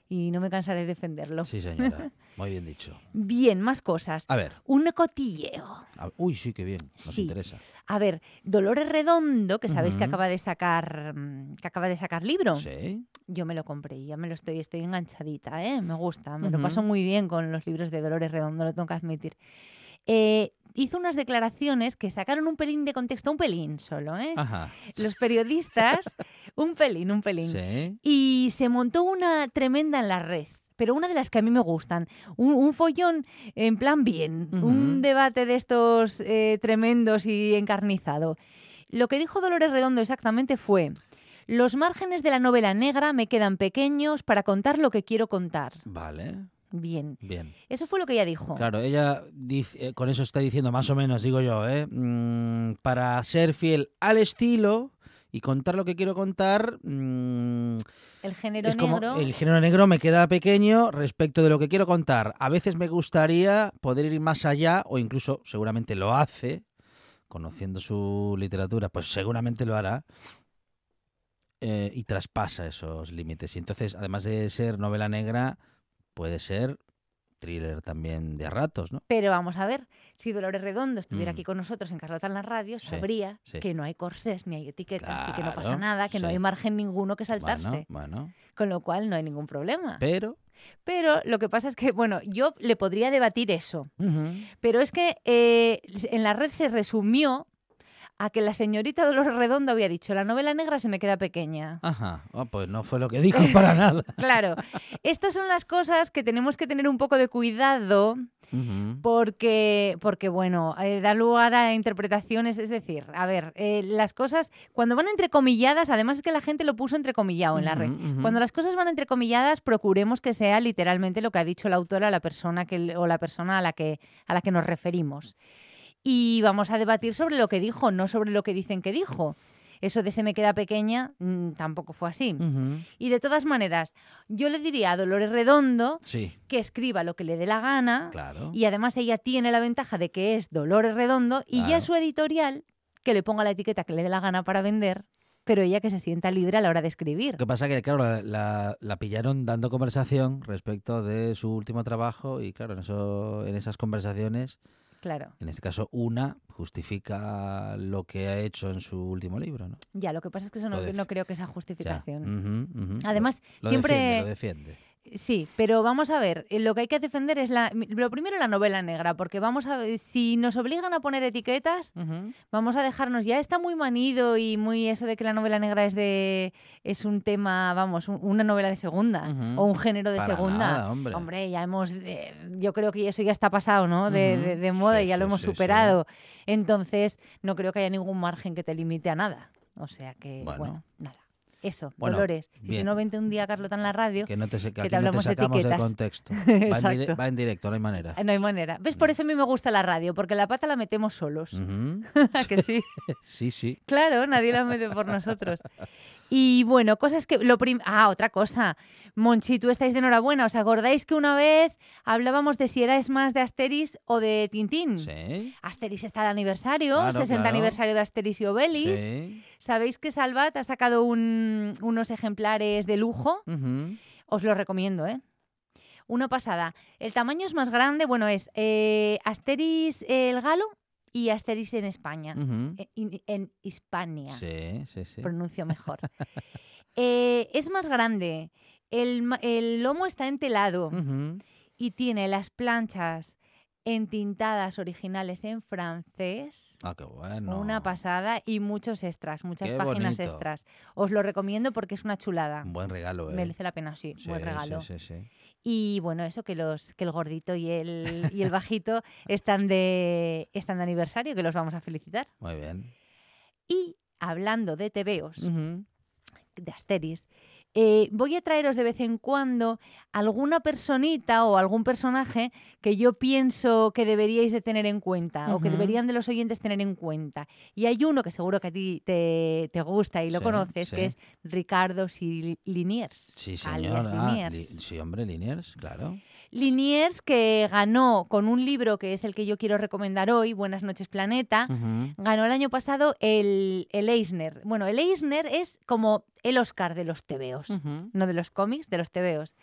S6: y no me cansaré de defenderlo.
S1: Sí, señora. Muy bien dicho.
S6: Bien, más cosas.
S1: A ver.
S6: Un cotilleo.
S1: a- Uy, sí, qué bien. Nos
S6: Sí.
S1: interesa.
S6: A ver, Dolores Redondo, que sabéis que
S1: Ujú.
S6: acaba de sacar mm, que acaba de sacar libro.
S1: Sí.
S6: Yo me lo compré y ya me lo estoy, estoy enganchadita, ¿eh? Me gusta, me lo
S1: Ujú.
S6: paso muy bien con los libros de Dolores Redondo, lo tengo que admitir. eh, hizo unas declaraciones que sacaron un pelín de contexto, un pelín solo, ¿eh?
S1: Ajá.
S6: Los periodistas, un pelín, un pelín.
S1: Sí.
S6: Y se montó una tremenda en la red, pero una de las que a mí me gustan. Un, un follón en plan bien,
S1: Ujú.
S6: un debate de estos eh, tremendos y encarnizado. Lo que dijo Dolores Redondo exactamente fue, los márgenes de la novela negra me quedan pequeños para contar lo que quiero contar.
S1: Vale,
S6: Bien,
S1: bien.
S6: eso fue lo que ella dijo.
S1: Claro, ella dice- eh, con eso está diciendo más o menos, digo yo, ¿eh? Mm, para ser fiel al estilo y contar lo que quiero contar, mm,
S6: El género
S1: es como
S6: negro...
S1: el género negro me queda pequeño respecto de lo que quiero contar. A veces me gustaría poder ir más allá o incluso seguramente lo hace, conociendo su literatura, pues seguramente lo hará. eh, y traspasa esos límites. Y entonces, además de ser novela negra, puede ser thriller también de a ratos, ¿no?
S6: Pero vamos a ver, si Dolores Redondo estuviera
S1: Mm.
S6: aquí con nosotros en Carlota en la radio,
S1: Sí,
S6: sabría
S1: sí.
S6: que no hay corsés ni hay etiquetas y que no pasa
S1: Claro,
S6: nada, que no
S1: sí.
S6: hay margen ninguno que saltarse. Ah.
S1: Bueno, bueno,
S6: Con lo cual no hay ningún problema.
S1: pero...
S6: Pero lo que pasa es que, bueno, yo le podría debatir eso. Pero es que eh, en la red se resumió a que la señorita Dolores Redondo había dicho, la novela negra se me queda pequeña.
S1: Ajá, Ah, pues no fue lo que dijo para nada.
S6: Claro, estas son las cosas que tenemos que tener un poco de cuidado
S1: Ujú.
S6: Porque, porque bueno, eh, da lugar a interpretaciones. Es decir, a ver, eh, las cosas cuando van entrecomilladas, además es que la gente lo puso entrecomillado en la red.
S1: Ujú, ujú.
S6: Cuando las cosas van entrecomilladas, procuremos que sea literalmente lo que ha dicho la autora, la persona que l- o la persona a la que a la que nos referimos. Y vamos a debatir sobre lo que dijo, no sobre lo que dicen que dijo. Eso de se me queda pequeña mm, tampoco fue así.
S1: Ujú.
S6: Y de todas maneras, yo le diría a Dolores Redondo
S1: Sí,
S6: que escriba lo que le dé la gana,
S1: claro.
S6: y además ella tiene la ventaja de que es Dolores Redondo y
S1: Claro.
S6: ya su editorial, que le ponga la etiqueta que le dé la gana para vender, pero ella que se sienta libre a la hora de escribir.
S1: Lo que pasa que, claro, la, la- la pillaron dando conversación respecto de su último trabajo y, claro, en, eso, en esas conversaciones,
S6: Claro,
S1: en este caso una, justifica lo que ha hecho en su último libro, ¿no?
S6: ya, lo que pasa es que eso no,
S1: Lo def-
S6: no creo que sea
S1: Ya.
S6: justificación.
S1: Ujú, ujú. Lo-
S6: Además,
S1: lo
S6: siempre-
S1: defiende, lo defiende.
S6: Sí, pero vamos a ver, eh, lo que hay que defender es la, lo primero la novela negra, porque vamos a ver, si nos obligan a poner etiquetas, vamos a dejarnos, ya está muy manido y muy eso de que la novela negra es de, es un tema, vamos, un- una novela de segunda
S1: Ujú.
S6: o un género de
S1: Para
S6: segunda.
S1: nada, hombre.
S6: ya hemos. eh, yo creo que eso ya está pasado, ¿no? De,
S1: Ujú.
S6: de- de moda
S1: Sí,
S6: y ya lo
S1: sí,
S6: hemos
S1: sí, sí.
S6: superado. Entonces, no creo que haya ningún margen que te limite a nada. O sea que,
S1: Bueno.
S6: bueno, nada. Eso,
S1: Bueno,
S6: Dolores. Y
S1: bien.
S6: si no, vente un día a Carlota en la radio.
S1: Que no te, se- que
S6: que te
S1: aquí no te
S6: hablamos de
S1: sacamos del
S6: etiquetas.
S1: contexto. Va en, dire-
S6: Exacto.
S1: va en directo, no hay manera.
S6: Eh, No hay manera. ¿Ves?
S1: Mm.
S6: Por eso a mí me gusta la radio, porque la pata la metemos solos.
S1: Ujú.
S6: ¿A que sí?
S1: Sí, sí.
S6: Claro, nadie la mete por nosotros. Y bueno, cosas que. Lo prim- ah, otra cosa. Monchi, tú estáis de enhorabuena. ¿Os acordáis que una vez hablábamos de si erais más de Asteris o de Tintín?
S1: Sí.
S6: Asteris está de aniversario,
S1: Claro,
S6: 60
S1: claro.
S6: aniversario de Asteris y Obelix.
S1: sí.
S6: Sabéis que Salvat ha sacado un- unos ejemplares de lujo.
S1: Ujú.
S6: Os lo recomiendo, ¿eh? Una pasada. El tamaño es más grande, bueno, es eh, Asteris eh, el Galo y Asteris en España,
S1: Ujú.
S6: eh, in- en Hispania
S1: Sí, sí, sí.
S6: pronuncio mejor. Eh, es más grande. El, ma- el lomo está entelado
S1: Ujú.
S6: y tiene las planchas entintadas originales en francés.
S1: Ah, qué bueno.
S6: Una pasada y muchos extras, muchas
S1: Qué
S6: páginas
S1: bonito.
S6: extras. Os lo recomiendo porque es una chulada.
S1: Un buen regalo, ¿eh?
S6: Merece la pena, sí,
S1: Sí,
S6: Ah, buen regalo.
S1: Sí, sí, sí.
S6: Y bueno, eso que los que el gordito y el, y el bajito están de están de aniversario, que los vamos a felicitar.
S1: Muy bien.
S6: Y hablando de tebeos, de Asteris. eh, voy a traeros de vez en cuando alguna personita o algún personaje que yo pienso que deberíais de tener en cuenta o que
S1: Ujú.
S6: deberían de los oyentes tener en cuenta. Y hay uno que seguro que a ti te, te gusta y lo
S1: Sí,
S6: conoces,
S1: sí.
S6: que es Ricardo Sil- Liniers.
S1: Sí,
S6: alias
S1: señor. Ah,
S6: Liniers.
S1: Li- sí, hombre, Liniers, claro.
S6: Liniers que ganó con un libro que es el que yo quiero recomendar hoy, Buenas noches Planeta,
S1: Ujú.
S6: ganó el año pasado el, el Eisner. Bueno, el Eisner es como el Oscar de los tebeos no de los cómics, de los tebeos.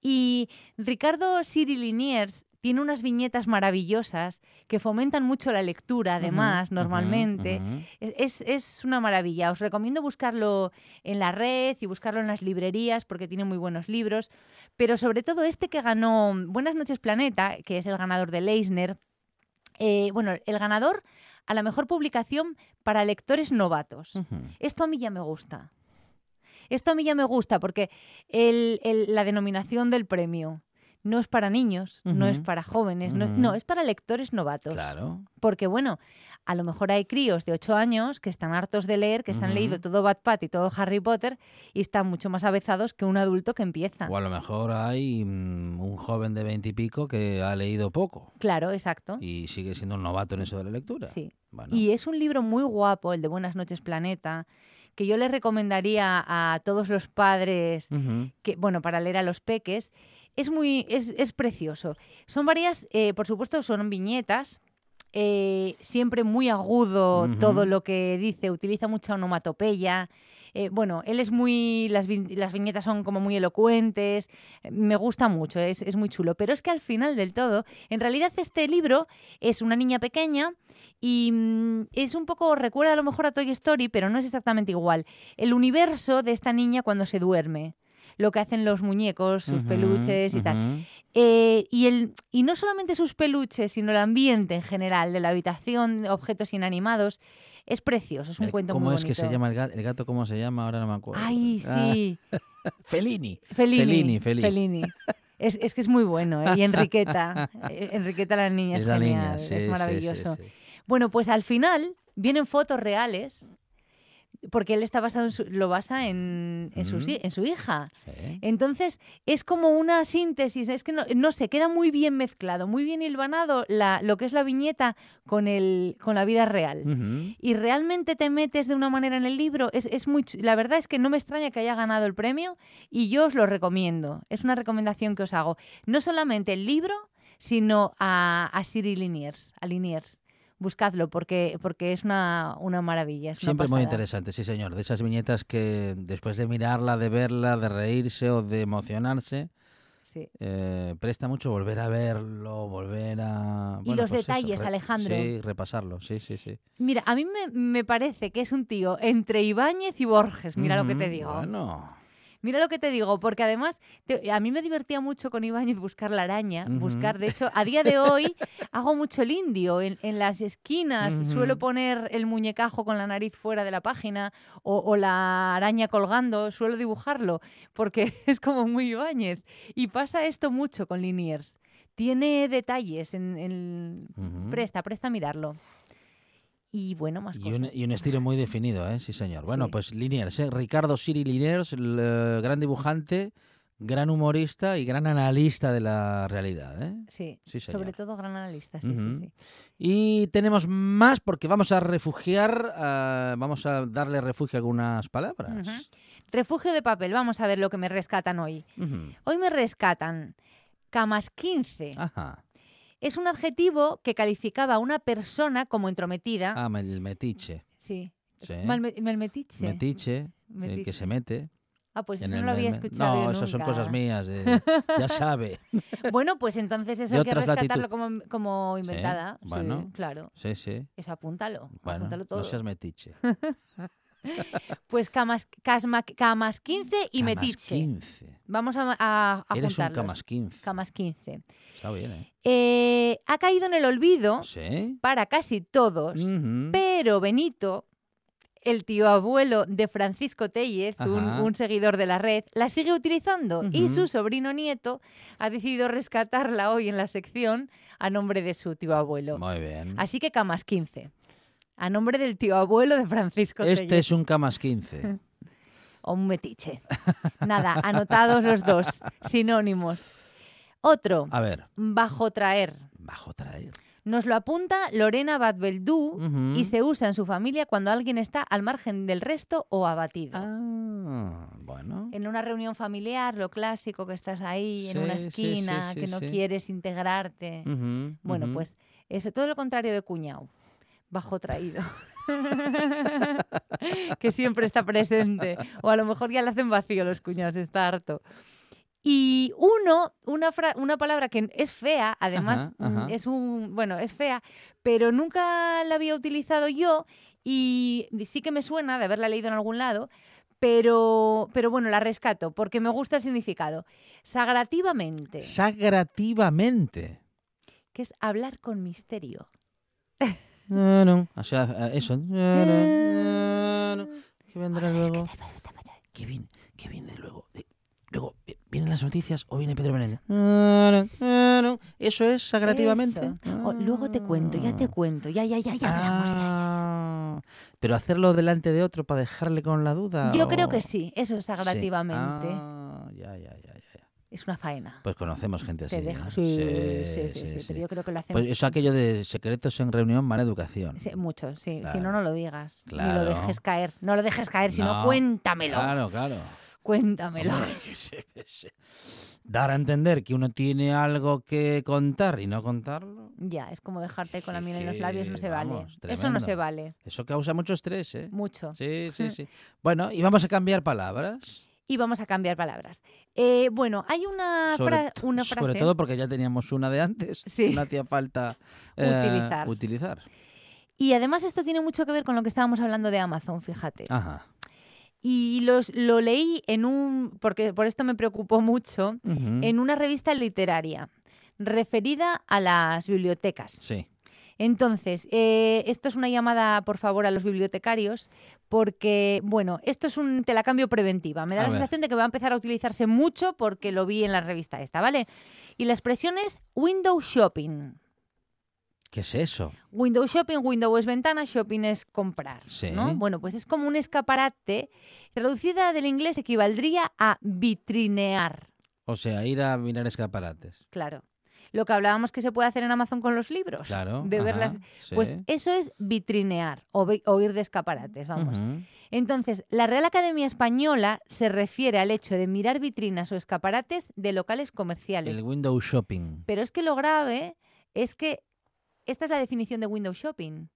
S6: Y Ricardo Siri Liniers tiene unas viñetas maravillosas que fomentan mucho la lectura, además,
S1: Ujú,
S6: normalmente.
S1: ujú,
S6: Es, es- es una maravilla. Os recomiendo buscarlo en la red y buscarlo en las librerías porque tiene muy buenos libros. Pero sobre todo este que ganó Buenas noches Planeta, que es el ganador de Leisner, eh, bueno, el ganador a la mejor publicación para lectores novatos.
S1: Mm.
S6: Esto a mí ya me gusta. Esto a mí ya me gusta porque el- el- la denominación del premio no es para niños, no es
S1: Ujú.
S6: para jóvenes, no, es-
S1: Ujú.
S6: no, es para lectores novatos.
S1: Claro.
S6: Porque bueno, a lo mejor hay críos de 8 años que están hartos de leer, que se han
S1: Ujú.
S6: leído todo Bad Pat y todo Harry Potter y están mucho más avezados que un adulto que empieza.
S1: O a lo mejor hay mm, un joven de veintipico que ha leído poco
S6: Claro, exacto.
S1: y sigue siendo un novato en eso de la lectura.
S6: Sí.
S1: Bueno,
S6: Y es un libro muy guapo, el de Buenas noches Planeta, que yo le recomendaría a todos los padres,
S1: ujú.
S6: que, bueno, para leer a los peques. Es muy, es, es precioso. Son varias, eh, por supuesto, son viñetas. eh, siempre muy agudo
S1: Ujú.
S6: todo lo que dice, utiliza mucha onomatopeya. eh, bueno, él es muy. Las, vi- las viñetas son como muy elocuentes. eh, Me gusta mucho, es, es muy chulo. Pero es que al final del todo, en realidad, este libro es una niña pequeña y mm, es un poco. Recuerda a lo mejor a Toy Story, pero no es exactamente igual. El universo de esta niña cuando se duerme. Lo que hacen los muñecos, sus
S1: Ujú,
S6: peluches y tal.
S1: ujú.
S6: Eh, y, el, y no solamente sus peluches, sino el ambiente en general de la habitación, objetos inanimados. Es precioso, es un
S1: El-
S6: cuento
S1: Eh, ¿Cómo
S6: muy
S1: es que se
S6: bonito.
S1: llama el gato? ¿El gato cómo se llama? Ahora no me acuerdo.
S6: Ay,
S1: Ah,
S6: sí.
S1: Fellini.
S6: Fellini.
S1: Fellini, Fellini.
S6: Fellini. Es, es que es muy bueno. ¿eh? Y Enriqueta. eh, Enriqueta la niña es,
S1: Es la
S6: genial.
S1: niña, sí, sí,
S6: es
S1: sí,
S6: maravilloso.
S1: sí.
S6: Bueno, pues al final vienen fotos reales. Porque él está basado en su- lo basa en, en, sus
S1: Ujú.
S6: hi- en su hija.
S1: Sí.
S6: Entonces, es como una síntesis, es que no, no sé, queda muy bien mezclado, muy bien hilvanado la, lo que es la viñeta con, el, con la vida real.
S1: Ujú.
S6: Y realmente te metes de una manera en el libro, es, es muy chu- la verdad es que no me extraña que haya ganado el premio y yo os lo recomiendo, es una recomendación que os hago. No solamente el libro, sino a, a Siri Liniers, a Liniers. Buscadlo porque, porque es una, una maravilla. es una
S1: Siempre muy
S6: pasada.
S1: interesante, sí señor. De esas viñetas que después de mirarla, de verla, de reírse o de emocionarse,
S6: Sí.
S1: eh, presta mucho volver a verlo, volver a... pues
S6: Y los
S1: eso,
S6: detalles,
S1: re-
S6: Alejandro.
S1: Sí, repasarlo, sí, sí, sí.
S6: Mira, a mí me, me parece que es un tío entre Ibáñez y Borges, mira lo que te
S1: Ujú,
S6: digo.
S1: Mm, Bueno,
S6: Mira lo que te digo, porque además te- a mí me divertía mucho con Ibáñez buscar la araña,
S1: Ujú.
S6: buscar, de hecho, a día de hoy hago mucho el indio, en, en las esquinas
S1: Ujú.
S6: suelo poner el muñecajo con la nariz fuera de la página o, o la araña colgando, suelo dibujarlo, porque es como muy Ibáñez. Y pasa esto mucho con Liniers. Tiene detalles en, en-
S1: Ujú.
S6: Presta, presta a mirarlo. Y bueno, más
S1: Y
S6: cosas.
S1: un, y un estilo muy definido, ¿eh? Sí, señor. Bueno,
S6: Sí.
S1: pues Liniers, ¿eh? Ricardo Siri Liniers, el, eh, gran dibujante, gran humorista y gran analista de la realidad, ¿eh?
S6: Sí,
S1: Sí,
S6: sobre
S1: señor.
S6: todo gran analista, sí,
S1: Ujú.
S6: sí, sí.
S1: Y tenemos más porque vamos a refugiar, a- vamos a darle refugio a algunas palabras.
S6: Refugio de papel, vamos a ver lo que me rescatan hoy.
S1: Ujú.
S6: Hoy me rescatan camas 15.
S1: Ajá.
S6: Es un adjetivo que calificaba a una persona como entrometida.
S1: Ah, me- el metiche.
S6: Sí.
S1: Sí.
S6: Malme- Melmetiche.
S1: Metiche, el que
S6: Metiche.
S1: se mete.
S6: Ah, pues
S1: en
S6: eso no
S1: el-
S6: lo había
S1: en-
S6: escuchado.
S1: No,
S6: yo
S1: esas son
S6: nunca.
S1: cosas mías. de- ya sabe.
S6: Bueno, pues entonces eso
S1: De
S6: hay que
S1: otras latitudes.
S6: rescatarlo como, como inventada. Sí,
S1: bueno.
S6: claro.
S1: Sí, sí.
S6: Eso apúntalo.
S1: Bueno,
S6: apúntalo todo.
S1: no seas metiche.
S6: Pues camas, casma- camas 15 y
S1: Camas
S6: metiche.
S1: 15.
S6: Vamos a, a, a
S1: Eres un
S6: juntarlos.
S1: camas 15.
S6: Camas 15.
S1: Está bien, ¿eh?
S6: Eh, ha caído en el olvido
S1: Sí.
S6: para casi todos,
S1: Ujú.
S6: pero Benito, el tío abuelo de Francisco Tellez, un,
S1: Ajá.
S6: un seguidor de la red, la sigue utilizando y
S1: Ujú.
S6: su sobrino nieto ha decidido rescatarla hoy en la sección a nombre de su tío abuelo.
S1: Muy bien.
S6: Así que camas 15. A nombre del tío abuelo de Francisco
S1: Este
S6: Tellez.
S1: es un camas 15.
S6: O un metiche. Nada, anotados los dos, sinónimos. Otro,
S1: A ver,
S6: bajo traer.
S1: bajo traer.
S6: Nos lo apunta Lorena Badbeldú
S1: Ujú.
S6: y se usa en su familia cuando alguien está al margen del resto o abatido.
S1: Ah, bueno.
S6: En una reunión familiar, lo clásico que estás ahí en una
S1: Sí, sí, sí,
S6: esquina,
S1: sí,
S6: que no
S1: sí.
S6: quieres integrarte.
S1: Ujú,
S6: Bueno,
S1: ujú.
S6: pues eso, todo lo contrario de cuñado, bajo traído. que siempre está presente. O a lo mejor ya le hacen vacío los cuñados, está harto. Y uno, una, fra- una palabra que es fea, además
S1: Ajá,
S6: mm,
S1: ajá.
S6: es un, bueno, es fea, pero nunca la había utilizado yo y sí que me suena de haberla leído en algún lado, pero, pero bueno, la rescato porque me gusta el significado. Sagrativamente,
S1: Sagrativamente.
S6: que es hablar con misterio.
S1: No, no. O sea, eh, eso. No, no, no. ¿Qué vendrá luego? ¿Qué viene? ¿Qué viene luego? Eh, Luego, eh, ¿vienen las noticias o viene Pedro Menéndez? No, no, no, no. Eso es sagrativamente.
S6: Eso. O luego te cuento, ya te cuento, ya, ya, ya, ya hablamos. ya.
S1: Ah, Pero hacerlo delante de otro para dejarle con la duda.
S6: Yo
S1: o-
S6: creo que sí, eso es
S1: Ah. Sí.
S6: sagrativamente.
S1: Ah, ya, ya, ya, ya, ya.
S6: Es una faena.
S1: Pues conocemos gente así.
S6: te deja.
S1: ¿no?
S6: Sí sí sí, sí, pero
S1: sí.
S6: yo creo que lo hacen
S1: Pues eso aquello de secretos en reunión, mala educación.
S6: sí, mucho. Sí. Si
S1: Claro.
S6: no, no lo digas. Ni
S1: Claro.
S6: lo dejes caer. No lo dejes caer, sino
S1: No.
S6: cuéntamelo.
S1: Claro, claro.
S6: Cuéntamelo.
S1: Hombre, que se- que se- Dar a entender que uno tiene algo que contar y no contarlo,
S6: Ya, es como dejarte con la
S1: Sí,
S6: miel en los
S1: sí,
S6: labios, no se vale.
S1: vamos,
S6: Eso no se
S1: tremendo.
S6: vale.
S1: eso causa mucho estrés, ¿eh?
S6: Mucho.
S1: Sí, sí, sí. Bueno, y vamos a cambiar palabras.
S6: Y vamos a cambiar palabras. Eh, bueno, hay una,
S1: Sobre,
S6: fra- una
S1: sobre
S6: frase.
S1: todo porque ya teníamos una de antes.
S6: Sí.
S1: No hacía falta eh,
S6: Utilizar.
S1: utilizar.
S6: Y además esto tiene mucho que ver con lo que estábamos hablando de Amazon, fíjate.
S1: Ajá.
S6: Y los, lo leí en un, porque por esto me preocupó mucho,
S1: Ujú.
S6: en una revista literaria referida a las bibliotecas.
S1: Sí.
S6: Entonces, eh, esto es una llamada, por favor, a los bibliotecarios, porque, bueno, esto es un te la cambio preventiva. Me da
S1: A
S6: la
S1: ver.
S6: sensación de que va a empezar a utilizarse mucho porque lo vi en la revista esta, ¿vale? Y la expresión es window shopping.
S1: ¿Qué es eso?
S6: Window Shopping, Window es ventana, Shopping es comprar.
S1: Sí.
S6: ¿no? Bueno, pues es como un escaparate. Traducida del inglés equivaldría a vitrinear,
S1: O sea, ir a mirar escaparates.
S6: claro. Lo que hablábamos que se puede hacer en Amazon con los libros.
S1: Claro.
S6: De
S1: ajá,
S6: verlas.
S1: sí.
S6: Pues eso es vitrinear o, vi- o ir de escaparates, vamos.
S1: Ujú.
S6: Entonces, la Real Academia Española se refiere al hecho de mirar vitrinas o escaparates de locales comerciales.
S1: El window shopping.
S6: Pero es que lo grave es que esta es la definición de window shopping.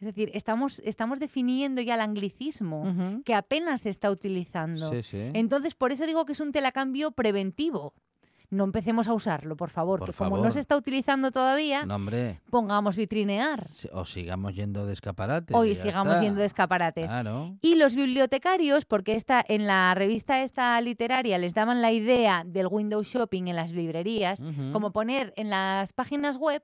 S6: Es decir, estamos, estamos definiendo ya el anglicismo que apenas se está utilizando.
S1: Sí, sí.
S6: Entonces, por eso digo que es un telacambio preventivo. No empecemos a usarlo, por favor,
S1: Por
S6: que como no
S1: favor.
S6: se está utilizando todavía,
S1: No, hombre.
S6: pongamos vitrinear
S1: Si- O sigamos yendo de escaparates.
S6: Hoy
S1: y ya
S6: sigamos
S1: está. Ah.
S6: yendo de escaparates.
S1: Claro.
S6: Y los bibliotecarios, porque esta, en la revista esta literaria les daban la idea del window shopping en las librerías,
S1: Ujú.
S6: Pues, como poner en las páginas web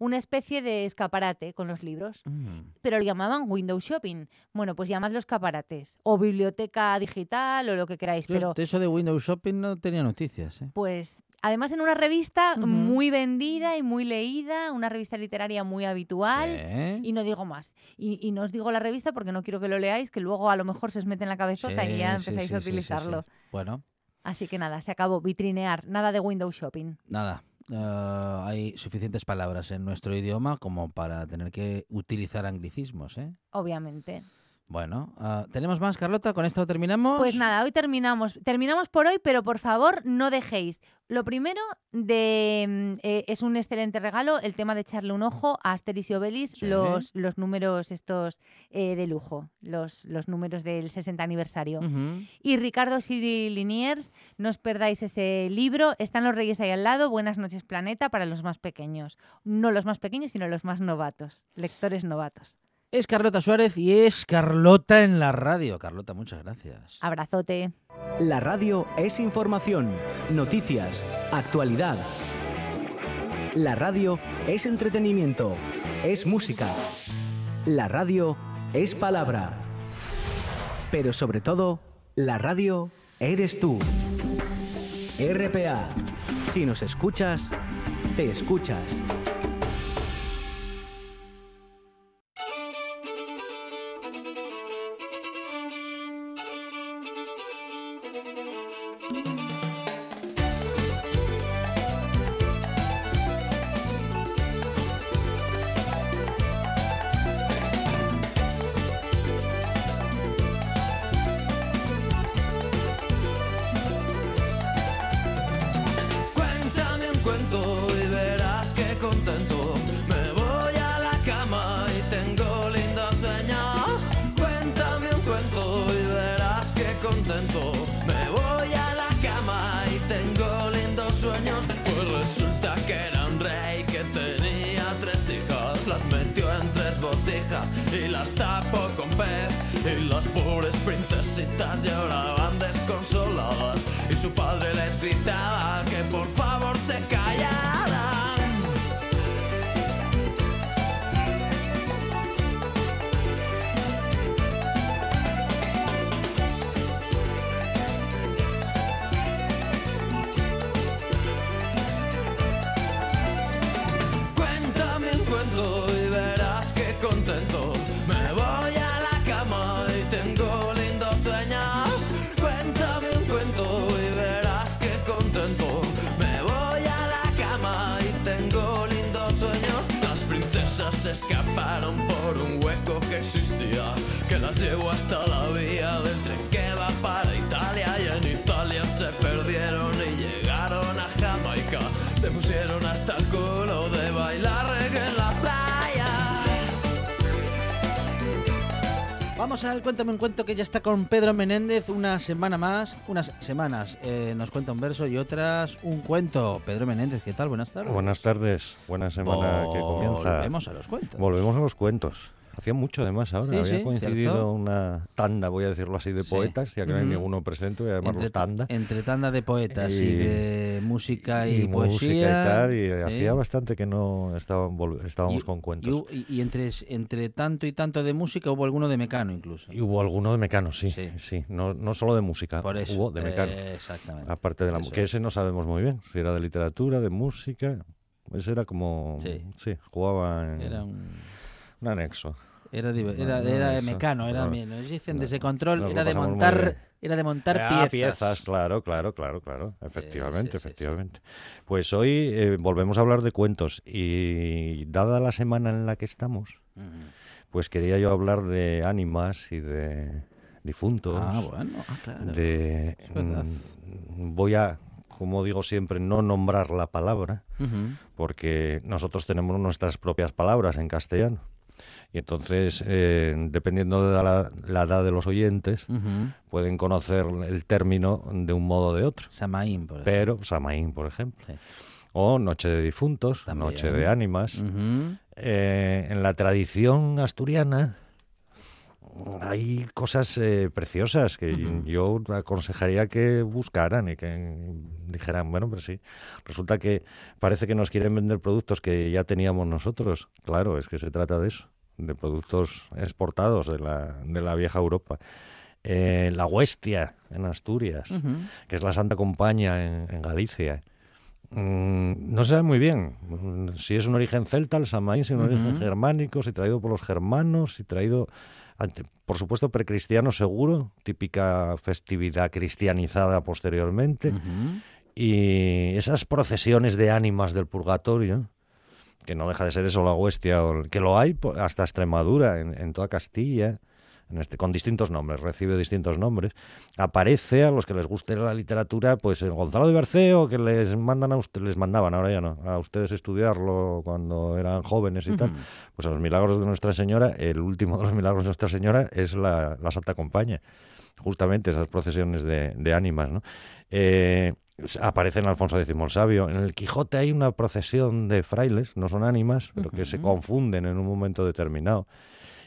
S6: una especie de escaparate con los libros,
S1: Mm.
S6: pero lo llamaban window shopping. Bueno, pues llamadlo escaparates o biblioteca digital o lo que queráis,
S1: Yo
S6: pero
S1: de eso de window shopping no tenía noticias, ¿eh?
S6: pues además en una revista
S1: Ujú.
S6: muy vendida y muy leída, una revista literaria muy habitual.
S1: Sí.
S6: Y no digo más. Y, y no os digo la revista porque no quiero que lo leáis, que luego a lo mejor se os mete en la cabezota y
S1: Sí,
S6: ya
S1: sí,
S6: empezáis
S1: sí,
S6: a
S1: sí, sí, sí.
S6: utilizarlo.
S1: Bueno,
S6: Así que nada, se acabó. Vitrinear, nada de window shopping.
S1: nada. eh, hay suficientes palabras en nuestro idioma como para tener que utilizar anglicismos, ¿eh?
S6: Obviamente.
S1: Bueno, ah, ¿tenemos más, Carlota? ¿Con esto terminamos?
S6: Pues nada, hoy terminamos. Terminamos por hoy, pero por favor no dejéis. Lo primero de, mm, eh, es un excelente regalo el tema de echarle un ojo a Asteris y Obelis,
S1: Sí.
S6: los, los números estos eh, de lujo, los, los números del 60 aniversario.
S1: Ujú.
S6: Y Ricardo Siri Liniers, no os perdáis ese libro. Están los Reyes ahí al lado. Buenas noches, Planeta, para los más pequeños. No los más pequeños, sino los más novatos, lectores novatos.
S1: Es Carlota Suárez y es Carlota en la radio. Carlota, muchas gracias.
S6: Abrazote.
S7: La radio es información, noticias, actualidad. La radio es entretenimiento, es música. La radio es palabra. Pero sobre todo, la radio eres tú. RPA. Si nos escuchas, te escuchas.
S8: Cuéntame un cuento y verás que contento. Me voy a la cama y tengo lindas sueños. Cuéntame un cuento y verás que contento. Me voy a la cama y tengo lindos sueños. Pues resulta que era un rey que tenía tres hijas. Las metió en tres botijas y las tapó con pez. Y las pobres princesitas lloraban desconsoladas. Y su padre les gritaba que por favor se callaran. se escaparon por un hueco que existía, que las llevó hasta la vía del tren que va para Italia y en Italia se perdieron y llegaron a Jamaica, se pusieron hasta el culo de bailar reggae en la playa.
S1: Vamos al Cuéntame un cuento que ya está con Pedro Menéndez una semana más, unas semanas. eh, nos cuenta un verso y otras un cuento. Pedro Menéndez, ¿qué tal? Buenas tardes.
S9: Buenas tardes, buena semana que comienza.
S1: Volvemos a los cuentos.
S9: Volvemos a los cuentos. Hacía mucho además ahora,
S1: Sí,
S9: había
S1: sí,
S9: coincidido
S1: ¿cierto?
S9: una tanda, voy a decirlo así, de
S1: Sí.
S9: poetas, ya que no hay
S1: Ujú.
S9: ninguno presente, voy a llamarlos
S1: entre,
S9: tanda.
S1: entre tanda de poetas y,
S9: Y-
S1: de música y,
S9: música y
S1: poesía.
S9: tal, y
S1: sí.
S9: hacía bastante que no estaban vol- estábamos
S1: Y-
S9: con
S1: Y,
S9: cuentos.
S1: hu- y- y entre, entre tanto y tanto de música hubo alguno de Mecano incluso.
S9: Y hubo alguno de Mecano, sí, sí, no, no solo de música,
S1: Por eso,
S9: hubo de Mecano.
S1: eh, exactamente,
S9: Aparte de la mu-
S1: eso
S9: que
S1: es.
S9: ese no sabemos muy bien, si era de literatura, de música, ese era como,
S1: Sí.
S9: sí, jugaba en
S1: Era un-
S9: un anexo.
S1: Era, diver-
S9: No,
S1: era,
S9: no,
S1: era de
S9: eso,
S1: Mecano, era
S9: no,
S1: de- nos dicen de
S9: no,
S1: ese control,
S9: nos lo
S1: era de
S9: pasamos muy
S1: montar,
S9: bien.
S1: era de montar
S9: Ah,
S1: piezas.
S9: claro, claro, claro, claro. Efectivamente, efectivamente. Pues hoy eh, volvemos a hablar de cuentos y dada la semana en la que estamos, pues quería yo hablar de ánimas y de difuntos.
S1: Ah, bueno, ah, claro.
S9: De,
S1: Es verdad.
S9: mm, voy a, como digo siempre, no nombrar la palabra,
S1: Ujú.
S9: porque nosotros tenemos nuestras propias palabras en castellano. Y entonces, eh, dependiendo de la, la edad de los oyentes,
S1: Ujú.
S9: pueden conocer el término de un modo o de otro.
S1: Samaín, por
S9: ejemplo. Pero, Samaín, por ejemplo.
S1: Sí.
S9: O Noche de Difuntos, Noche de Ánimas. Eh, en la tradición asturiana hay cosas eh, preciosas que yo aconsejaría que buscaran y que dijeran, bueno, pero sí, resulta que parece que nos quieren vender productos que ya teníamos nosotros. Claro, es que se trata de eso, de productos exportados de la, de la vieja Europa. Eh, la huestia en Asturias,
S1: Ujú.
S9: que es la Santa Compañía en, en Galicia. Mm, no se sabe muy bien mm, si es un origen celta, el Samaín, si es un
S1: Ujú.
S9: origen germánico, si traído por los germanos, si traído, ante- por supuesto, precristiano seguro, típica festividad cristianizada posteriormente. Y esas procesiones de ánimas del purgatorio, que no deja de ser eso la huestia, o el- que lo hay po- hasta Extremadura, en, en toda Castilla, en este, con distintos nombres, recibe distintos nombres. Aparece a los que les guste la literatura, pues el Gonzalo de Berceo, que les mandan a usted- les mandaban, ahora ya no, a ustedes estudiarlo cuando eran jóvenes y tal.
S1: Ujú.
S9: Pues a los milagros de Nuestra Señora, el último de los milagros de Nuestra Señora es la, la Santa Compañía. Justamente esas procesiones de, de ánimas, ¿no? Eh, s- aparece en Alfonso X el Sabio. En el Quijote hay una procesión de frailes, no son ánimas, pero que se confunden en un momento determinado.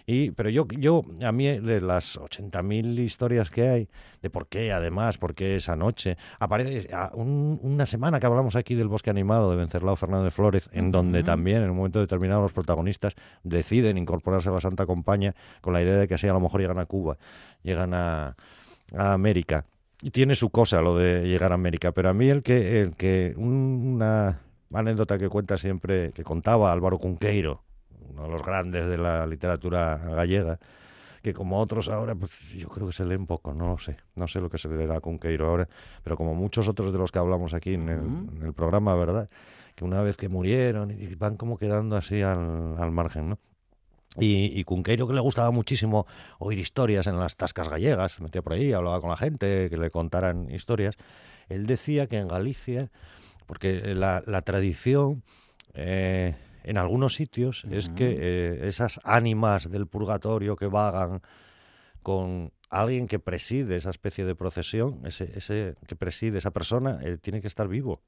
S9: Y, pero yo, yo, a mí, de las 80.000 historias que hay, de por qué, además, por qué esa noche, aparece a un- una semana que hablamos aquí del bosque animado de Vencerlao Fernández Flores, en donde también, en un momento determinado, los protagonistas deciden incorporarse a la Santa Compañía con la idea de que así a lo mejor llegan a Cuba, llegan a, a América. Y tiene su cosa lo de llegar a América, pero a mí el que, el que un- una anécdota que cuenta siempre, que contaba Álvaro Cunqueiro, uno de los grandes de la literatura gallega, que como otros ahora, pues yo creo que se leen poco, no lo sé, no sé lo que se leerá a Cunqueiro ahora, pero como muchos otros de los que hablamos aquí en el, en el programa, ¿verdad? Que una vez que murieron y van como quedando así al, al margen, ¿no? Y, y Cunqueiro que le gustaba muchísimo oír historias en las tascas gallegas, se metía por ahí, hablaba con la gente, que le contaran historias. Él decía que en Galicia, porque eh, la, la tradición eh, en algunos sitios es que eh, esas ánimas del purgatorio que vagan con alguien que preside esa especie de procesión, ese, ese que preside esa persona, eh, tiene que estar vivo.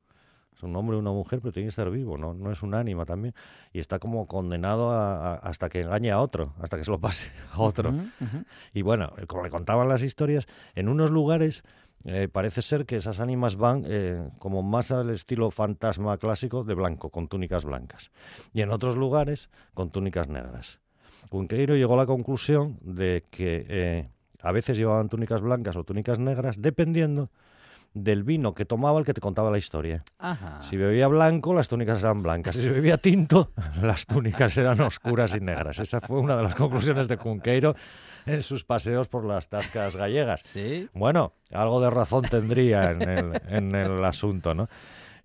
S9: Es un hombre o una mujer, pero tiene que estar vivo, no, no es un ánima también. Y está como condenado a- a- hasta que engañe a otro, hasta que se lo pase a otro. Y bueno, eh, como le contaban las historias, en unos lugares eh, parece ser que esas ánimas van eh, como más al estilo fantasma clásico de blanco, con túnicas blancas. Y en otros lugares con túnicas negras. Cunqueiro llegó a la conclusión de que eh, a veces llevaban túnicas blancas o túnicas negras, dependiendo del vino que tomaba el que te contaba la historia.
S1: Ajá.
S9: Si bebía blanco, las túnicas eran blancas. Si bebía tinto, las túnicas eran oscuras y negras. Esa fue una de las conclusiones de Cunqueiro en sus paseos por las tascas gallegas.
S1: Sí.
S9: Bueno, algo de razón tendría en el, en el asunto, ¿no?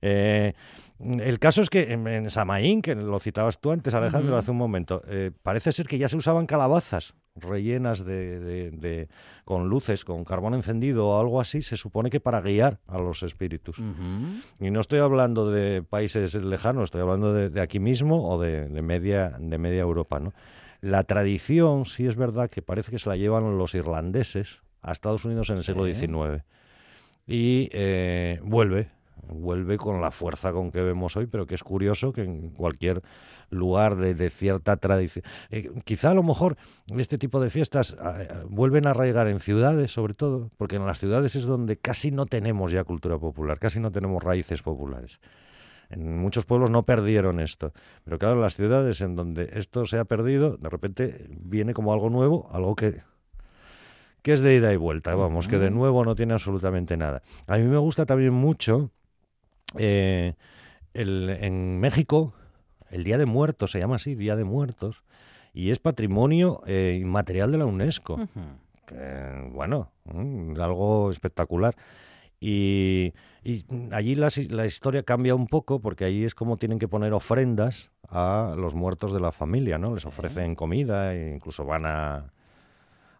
S9: Eh, El caso es que en, en Samaín, que lo citabas tú antes, Alejandro,
S1: Ujú.
S9: hace un momento, eh, parece ser que ya se usaban calabazas rellenas de, de- de- con luces, con carbón encendido o algo así, se supone que para guiar a los espíritus. Y no estoy hablando de países lejanos, estoy hablando de, de aquí mismo o de, de media, de media Europa. ¿no? La tradición, sí es verdad que parece que se la llevan los irlandeses a Estados Unidos en el siglo
S1: Sí.
S9: XIX. Y eh, vuelve, vuelve con la fuerza con que vemos hoy, pero que es curioso que en cualquier lugar de, de cierta tradición... eh, quizá a lo mejor este tipo de fiestas ah, eh, vuelven a arraigar en ciudades, sobre todo, porque en las ciudades es donde casi no tenemos ya cultura popular, casi no tenemos raíces populares. En muchos pueblos no perdieron esto, pero claro, en las ciudades en donde esto se ha perdido, de repente viene como algo nuevo, algo que que es de ida y vuelta, vamos, que de nuevo no tiene absolutamente nada. A mí me gusta también mucho eh, el- en México, el Día de Muertos, se llama así, Día de Muertos, y es patrimonio eh, inmaterial de la UNESCO. Que, bueno, mm, algo espectacular. Y, y, mm, allí la, si- la historia cambia un poco porque allí es como tienen que poner ofrendas a los muertos de la familia, ¿no? Les ofrecen comida e incluso van a,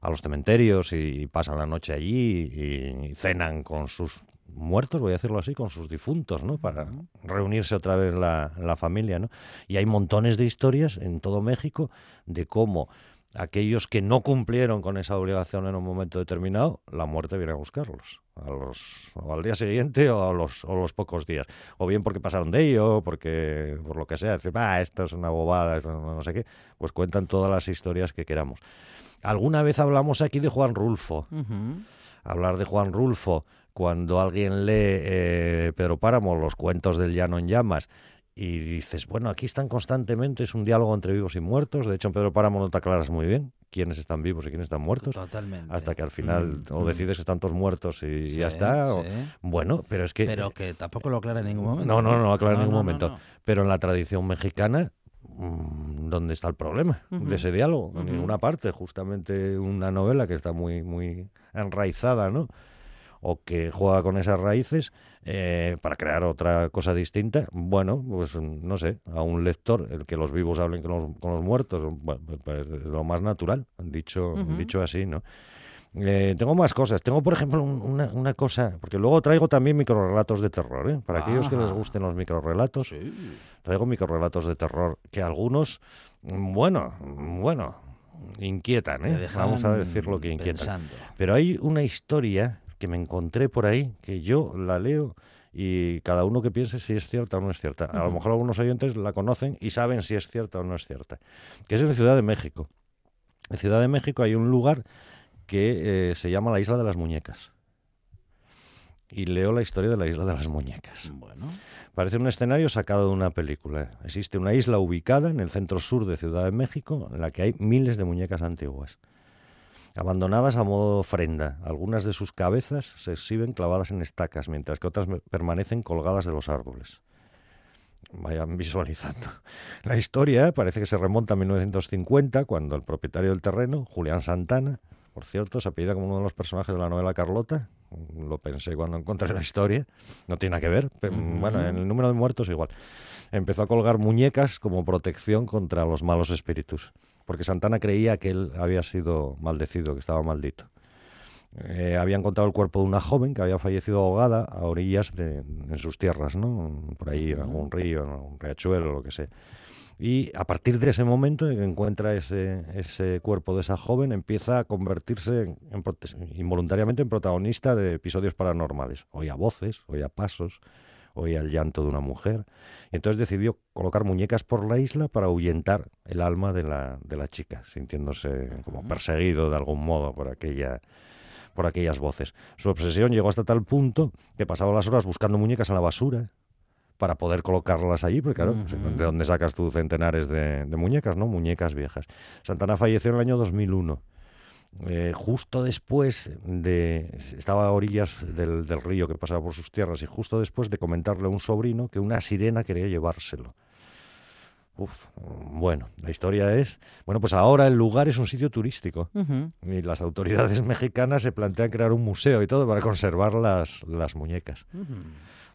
S9: a los cementerios y pasan la noche allí y, y cenan con sus muertos, voy a decirlo así, con sus difuntos, ¿no? Para reunirse otra vez la, la familia, ¿no? Y hay montones de historias en todo México de cómo aquellos que no cumplieron con esa obligación en un momento determinado, la muerte viene a buscarlos. A los, o al día siguiente o a los, o los pocos días. O bien porque pasaron de ello, porque por lo que sea, decir, "Bah, esto es una bobada, esto no no sé qué, pues cuentan todas las historias que queramos. Alguna vez hablamos aquí de Juan Rulfo. Hablar de Juan Rulfo cuando alguien lee eh, Pedro Páramo, los cuentos del Llano en Llamas, y dices, bueno, aquí están constantemente, es un diálogo entre vivos y muertos. De hecho, en Pedro Páramo no te aclaras muy bien quiénes están vivos y quiénes están muertos.
S1: Totalmente.
S9: Hasta que al final
S1: Mm,
S9: o
S1: mm.
S9: decides que están todos muertos y y ya
S1: Sí,
S9: está. o-
S1: sí.
S9: Bueno, pero es que...
S1: Pero que tampoco lo aclara en ningún momento.
S9: No, no, no lo aclara en
S1: No,
S9: ningún
S1: no, no,
S9: momento.
S1: no.
S9: Pero en la tradición mexicana, mm, ¿dónde está el problema
S1: Ujú.
S9: de ese diálogo? En
S1: Ujú.
S9: ninguna parte. Justamente una novela que está muy, muy enraizada, ¿no? O que juega con esas raíces eh, para crear otra cosa distinta. Bueno, pues no sé, a un lector, el que los vivos hablen con los, con los muertos, bueno, pues, pues, es lo más natural, dicho,
S1: Ujú.
S9: dicho así, ¿no? Eh, tengo más cosas. Tengo, por ejemplo, un- una, una cosa, porque luego traigo también microrelatos de terror, ¿eh? Para aquellos que les
S1: Ah.
S9: gusten los microrelatos, traigo microrelatos de terror que algunos, mm, bueno, mm, bueno, inquietan,
S1: Te
S9: ¿eh?
S1: dejan
S9: Vamos a decir lo que inquietan.
S1: pensando.
S9: Pero hay una historia que me encontré por ahí, que yo la leo y cada uno que piense si es cierta o no es cierta. A lo
S1: Ujú.
S9: mejor algunos oyentes la conocen y saben si es cierta o no es cierta. Que es en Ciudad de México. En Ciudad de México hay un lugar que eh, se llama la Isla de las Muñecas. Y leo la historia de la Isla de las Muñecas.
S1: Bueno.
S9: Parece un escenario sacado de una película. Existe una isla ubicada en el centro sur de Ciudad de México en la que hay miles de muñecas antiguas, abandonadas a modo de ofrenda. Algunas de sus cabezas se exhiben clavadas en estacas, mientras que otras me- permanecen colgadas de los árboles. Vayan visualizando. La historia parece que se remonta a 1950, cuando el propietario del terreno, Julián Santana, por cierto, se apellida como uno de los personajes de la novela Carlota, lo pensé cuando encontré la historia, no tiene nada que ver, pe-
S1: Ujú.
S9: bueno, en el número de muertos igual. Empezó a colgar muñecas como protección contra los malos espíritus, porque Santana creía que él había sido maldecido, que estaba maldito. Eh, había encontrado el cuerpo de una joven que había fallecido ahogada a orillas de en sus tierras, ¿no? Por ahí, en algún río, en un riachuelo, lo que sea. Y a partir de ese momento en que encuentra ese, ese cuerpo de esa joven, empieza a convertirse en- en prote- involuntariamente en protagonista de episodios paranormales. Oía voces, oía pasos, oía el llanto de una mujer. Y entonces decidió colocar muñecas por la isla para ahuyentar el alma de la, de la chica, sintiéndose como perseguido de algún modo por aquella por aquellas voces. Su obsesión llegó hasta tal punto que pasaba las horas buscando muñecas en la basura para poder colocarlas allí, porque claro, pues, ¿de dónde sacas tú centenares de, de muñecas, no? Muñecas viejas. Santana falleció en el año 2001. Eh, justo después de... Estaba a orillas del, del río que pasaba por sus tierras y justo después de comentarle a un sobrino que una sirena quería llevárselo. Uf, bueno, la historia es... Bueno, pues ahora el lugar es un sitio turístico.
S1: Ujú.
S9: Y las autoridades mexicanas se plantean crear un museo y todo para conservar las, las muñecas.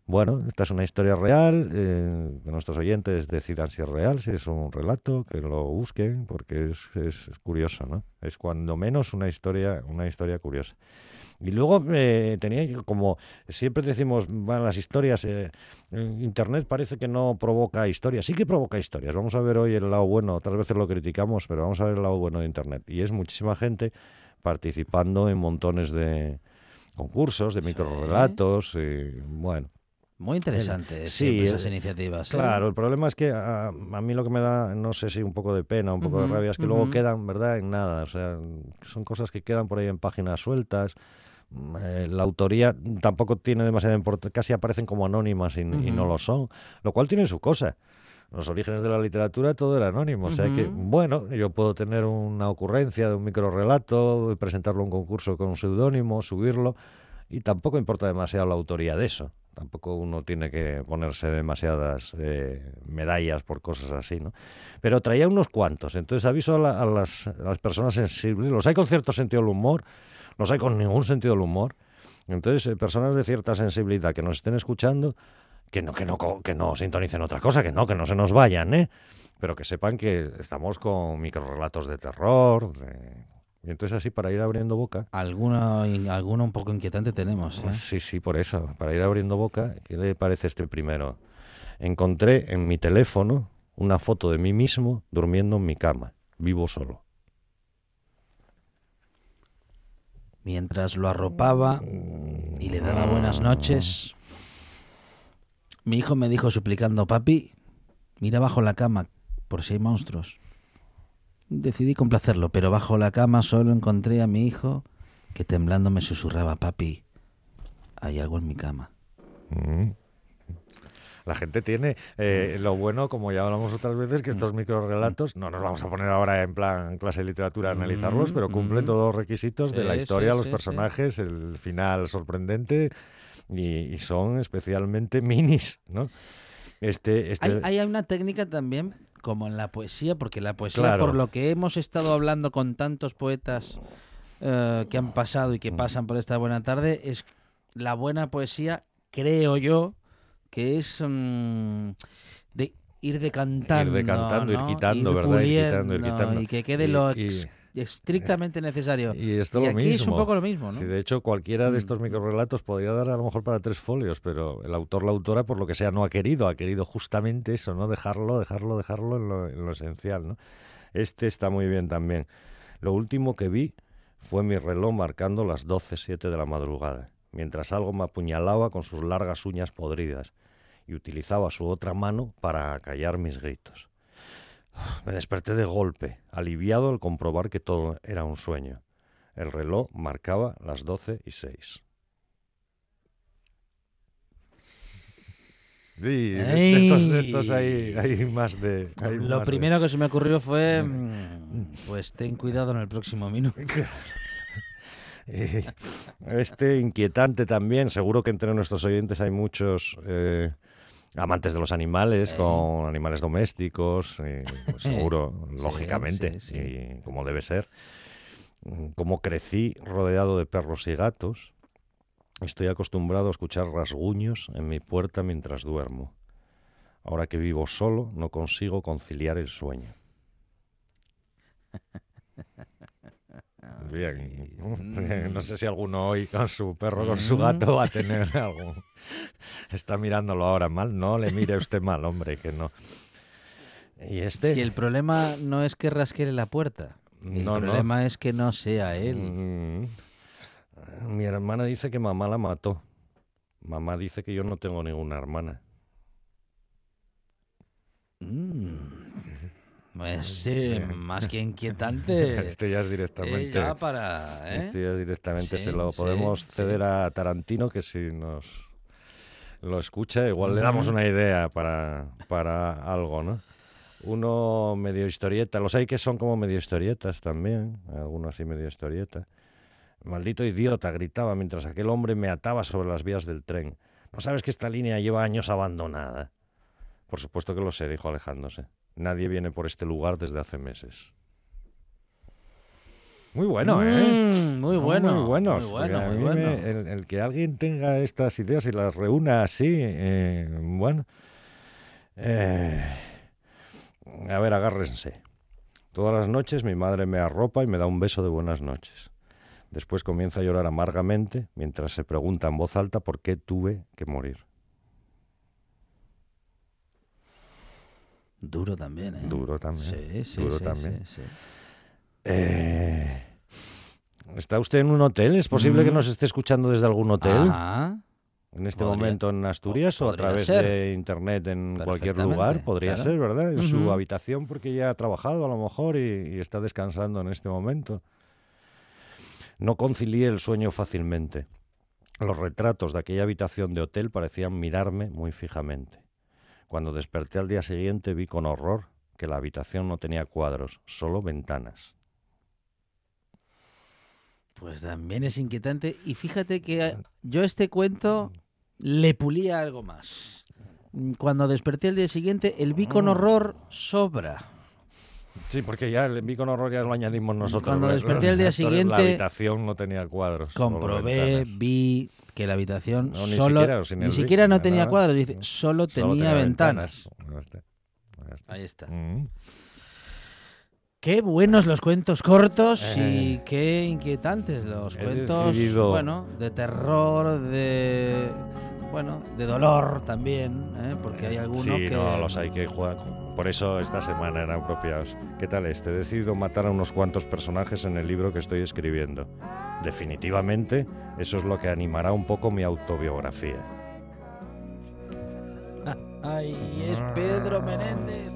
S9: Bueno, esta es una historia real, eh, que nuestros oyentes decidan si es real, si es un relato, que lo busquen, porque es, es, es curioso, ¿no? Es cuando menos una historia, una historia curiosa. Y luego eh, tenía yo como siempre decimos, van las historias, eh, Internet parece que no provoca historias, sí que provoca historias. Vamos a ver hoy el lado bueno, otras veces lo criticamos, pero vamos a ver el lado bueno de Internet. Y es muchísima gente participando en montones de concursos, de microrelatos, y, bueno.
S1: Muy interesante
S9: El-
S1: siempre
S9: sí,
S1: esas
S9: eh,
S1: iniciativas. ¿eh?
S9: Claro, el problema es que ah, a, a mí lo que me da, no sé si un poco de pena, un poco
S1: Ujú,
S9: de rabia, es que
S1: ujú.
S9: luego quedan, ¿verdad?, en nada. O sea, son cosas que quedan por ahí en páginas sueltas. Mm, eh, La autoría tampoco tiene demasiada importancia, casi aparecen como anónimas y, y no
S1: Ujú.
S9: lo son, lo cual tiene su cosa. Los orígenes de la literatura todo era anónimo, o sea que,
S1: Ujú.
S9: bueno, yo puedo tener una ocurrencia de un microrelato, presentarlo a un concurso con un seudónimo, subirlo, y tampoco importa demasiado la autoría de eso. Tampoco uno tiene que ponerse demasiadas eh, medallas por cosas así, ¿no? Pero traía unos cuantos. Entonces aviso a, la- a las, a las personas sensibles. Los hay con cierto sentido del humor, los hay con ningún sentido del humor. Entonces, eh, personas de cierta sensibilidad que nos estén escuchando, que no, que no, co- que no sintonicen otra cosa, que no, que no se nos vayan, ¿eh? Pero que sepan que estamos con microrelatos de terror. de- Y entonces así, para ir abriendo boca,
S1: Alguna, alguna un poco inquietante tenemos. ¿eh?
S9: Sí, sí, por eso. Para ir abriendo boca, ¿qué le parece este primero? Encontré en mi teléfono una foto de mí mismo durmiendo en mi cama, vivo solo.
S1: Mientras lo arropaba y le daba buenas noches, mi hijo me dijo suplicando, papi, mira bajo la cama por si hay monstruos. Decidí complacerlo, pero bajo la cama solo encontré a mi hijo que temblando me susurraba, papi, hay algo en mi cama.
S9: La gente tiene
S1: Mm.
S9: eh, lo bueno, como ya hablamos otras veces, que estos microrelatos, no nos vamos a poner ahora en plan clase de literatura a analizarlos,
S1: Mm,
S9: pero cumplen
S1: mm.
S9: todos los requisitos de la
S1: Sí,
S9: historia,
S1: sí,
S9: los
S1: sí, sí.
S9: personajes, el final sorprendente y, y son especialmente minis, ¿no? Este, este...
S1: Hay, hay una técnica también, como en la poesía, porque la poesía,
S9: Claro.
S1: por lo que hemos estado hablando con tantos poetas eh, que han pasado y
S9: Mm.
S1: que pasan por esta buena tarde, es la buena poesía, creo yo, que es mm, de ir decantando.
S9: Ir decantando, ir
S1: ¿no?
S9: quitando, ¿verdad? Ir quitando, ir
S1: puliendo
S9: quitando.
S1: Y que quede
S9: Y-
S1: lo
S9: y-
S1: ex- estrictamente necesario.
S9: Y esto lo
S1: aquí
S9: mismo.
S1: es un poco lo mismo, ¿no?
S9: Sí, de hecho, cualquiera
S1: Mm.
S9: de estos microrelatos podría dar a lo mejor para tres folios, pero el autor, la autora, por lo que sea, no ha querido. Ha querido justamente eso, ¿no? Dejarlo, dejarlo, dejarlo en lo, en lo esencial, ¿no? Este está muy bien también. Lo último que vi fue mi reloj marcando las 12.07 de la madrugada, mientras algo me apuñalaba con sus largas uñas podridas y utilizaba su otra mano para acallar mis gritos. Me desperté de golpe, aliviado al comprobar que todo era un sueño. El reloj marcaba las 12 y 6. de estos, de estos hay, hay más de... hay más
S1: Lo
S9: de-
S1: primero que se me ocurrió fue, mm, pues ten cuidado en el próximo minuto.
S9: Eh, Este inquietante también, seguro que entre nuestros oyentes hay muchos eh, amantes de los animales,
S1: Eh.
S9: con animales domésticos, eh, pues seguro,
S1: Sí,
S9: lógicamente,
S1: sí, sí.
S9: y como debe ser. Mm, Como crecí rodeado de perros y gatos, estoy acostumbrado a escuchar rasguños en mi puerta mientras duermo. Ahora que vivo solo, no consigo conciliar el sueño. Bien.
S1: Mm.
S9: No sé si alguno hoy con su perro, con su gato, va a tener algo. Está mirándolo ahora mal. No le mire usted mal, hombre, que no. Y este.
S1: Y el problema no es que rasquee la puerta. El
S9: No, no.
S1: problema es que no sea él.
S9: Mm. Mi hermana dice que mamá la mató. Mamá dice que yo no tengo ninguna hermana. Mm.
S1: Mm. Pues sí, más que inquietante.
S9: Este ya es
S1: Eh,
S9: directamente.
S1: ya para. ¿eh?
S9: Este ya es directamente. se
S1: Sí,
S9: lo
S1: sí,
S9: podemos
S1: sí.
S9: ceder a Tarantino, que si nos lo escucha, igual le damos una idea para, para algo, ¿no? Uno medio historieta. Los hay que son como medio historietas también. Alguno así medio historieta. Maldito idiota, gritaba mientras aquel hombre me ataba sobre las vías del tren. ¿No sabes que esta línea lleva años abandonada? Por supuesto que lo sé, dijo alejándose. Nadie viene por este lugar desde hace meses. Muy bueno, ¿eh?
S1: Mm, muy bueno,
S9: Muy eh, buenos.
S1: muy bueno,
S9: porque a
S1: muy
S9: mí me-
S1: bueno.
S9: el, el que alguien tenga estas ideas y las reúna así, eh, bueno. Eh, a ver, agárrense. Todas las noches mi madre me arropa y me da un beso de buenas noches. Después comienza a llorar amargamente mientras se pregunta en voz alta por qué tuve que morir.
S1: Duro también, ¿eh?
S9: Duro también.
S1: Sí, sí,
S9: duro
S1: sí,
S9: también.
S1: sí, sí.
S9: Eh, ¿Está usted en un hotel? ¿Es posible que
S1: Mm. Ah,
S9: nos esté escuchando desde algún hotel?
S1: Ajá.
S9: En este
S1: Podría-
S9: momento en Asturias o a través
S1: ser.
S9: de internet en cualquier lugar,
S1: Perfectamente,
S9: podría
S1: claro.
S9: ser, ¿verdad? En su
S1: Ujú.
S9: habitación porque ya ha trabajado a lo mejor y, y está descansando en este momento. No concilié el sueño fácilmente. Los retratos de aquella habitación de hotel parecían mirarme muy fijamente. Cuando desperté al día siguiente vi con horror que la habitación no tenía cuadros, solo ventanas.
S1: Pues también es inquietante. Y fíjate que yo este cuento le pulía algo más. Cuando desperté el día siguiente, el vi
S9: Mm.
S1: con horror sobra.
S9: Sí, porque ya el Beacon Horror ya lo añadimos nosotros.
S1: Cuando
S9: La-
S1: desperté al día
S9: la-
S1: siguiente-
S9: La habitación pues, no tenía cuadros. solo
S1: Comprobé,
S9: ventanas.
S1: vi que la habitación
S9: No, ni
S1: solo,
S9: siquiera, sin el vi-
S1: siquiera no
S9: nada.
S1: tenía cuadros. Dice, solo tenía,
S9: Solo
S1: ventanas.
S9: Ya está. Ya está.
S1: Ahí está.
S9: Mm.
S1: Qué buenos los cuentos cortos y
S9: Eh.
S1: qué inquietantes los
S9: He
S1: cuentos,
S9: decidido-
S1: bueno, de terror, de bueno, de dolor también, ¿eh? porque hay algunos
S9: sí,
S1: que
S9: no, los hay que jugar. Por eso esta semana eran apropiados. ¿Qué tal este? He decidido matar a unos cuantos personajes en el libro que estoy escribiendo. Definitivamente, eso es lo que animará un poco mi autobiografía.
S1: Ay, es Pedro Menéndez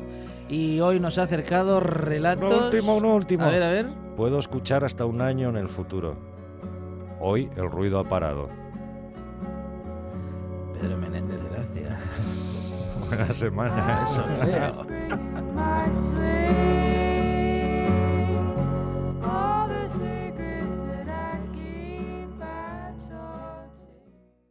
S1: y hoy nos ha acercado relatos.
S9: Un último, un último.
S1: A ver, a ver.
S9: Puedo escuchar hasta un año en el futuro. Hoy el ruido ha parado.
S1: Pedro Menéndez, gracias. ¿eh?
S9: Buena semana.
S1: Eso, creo.
S5: My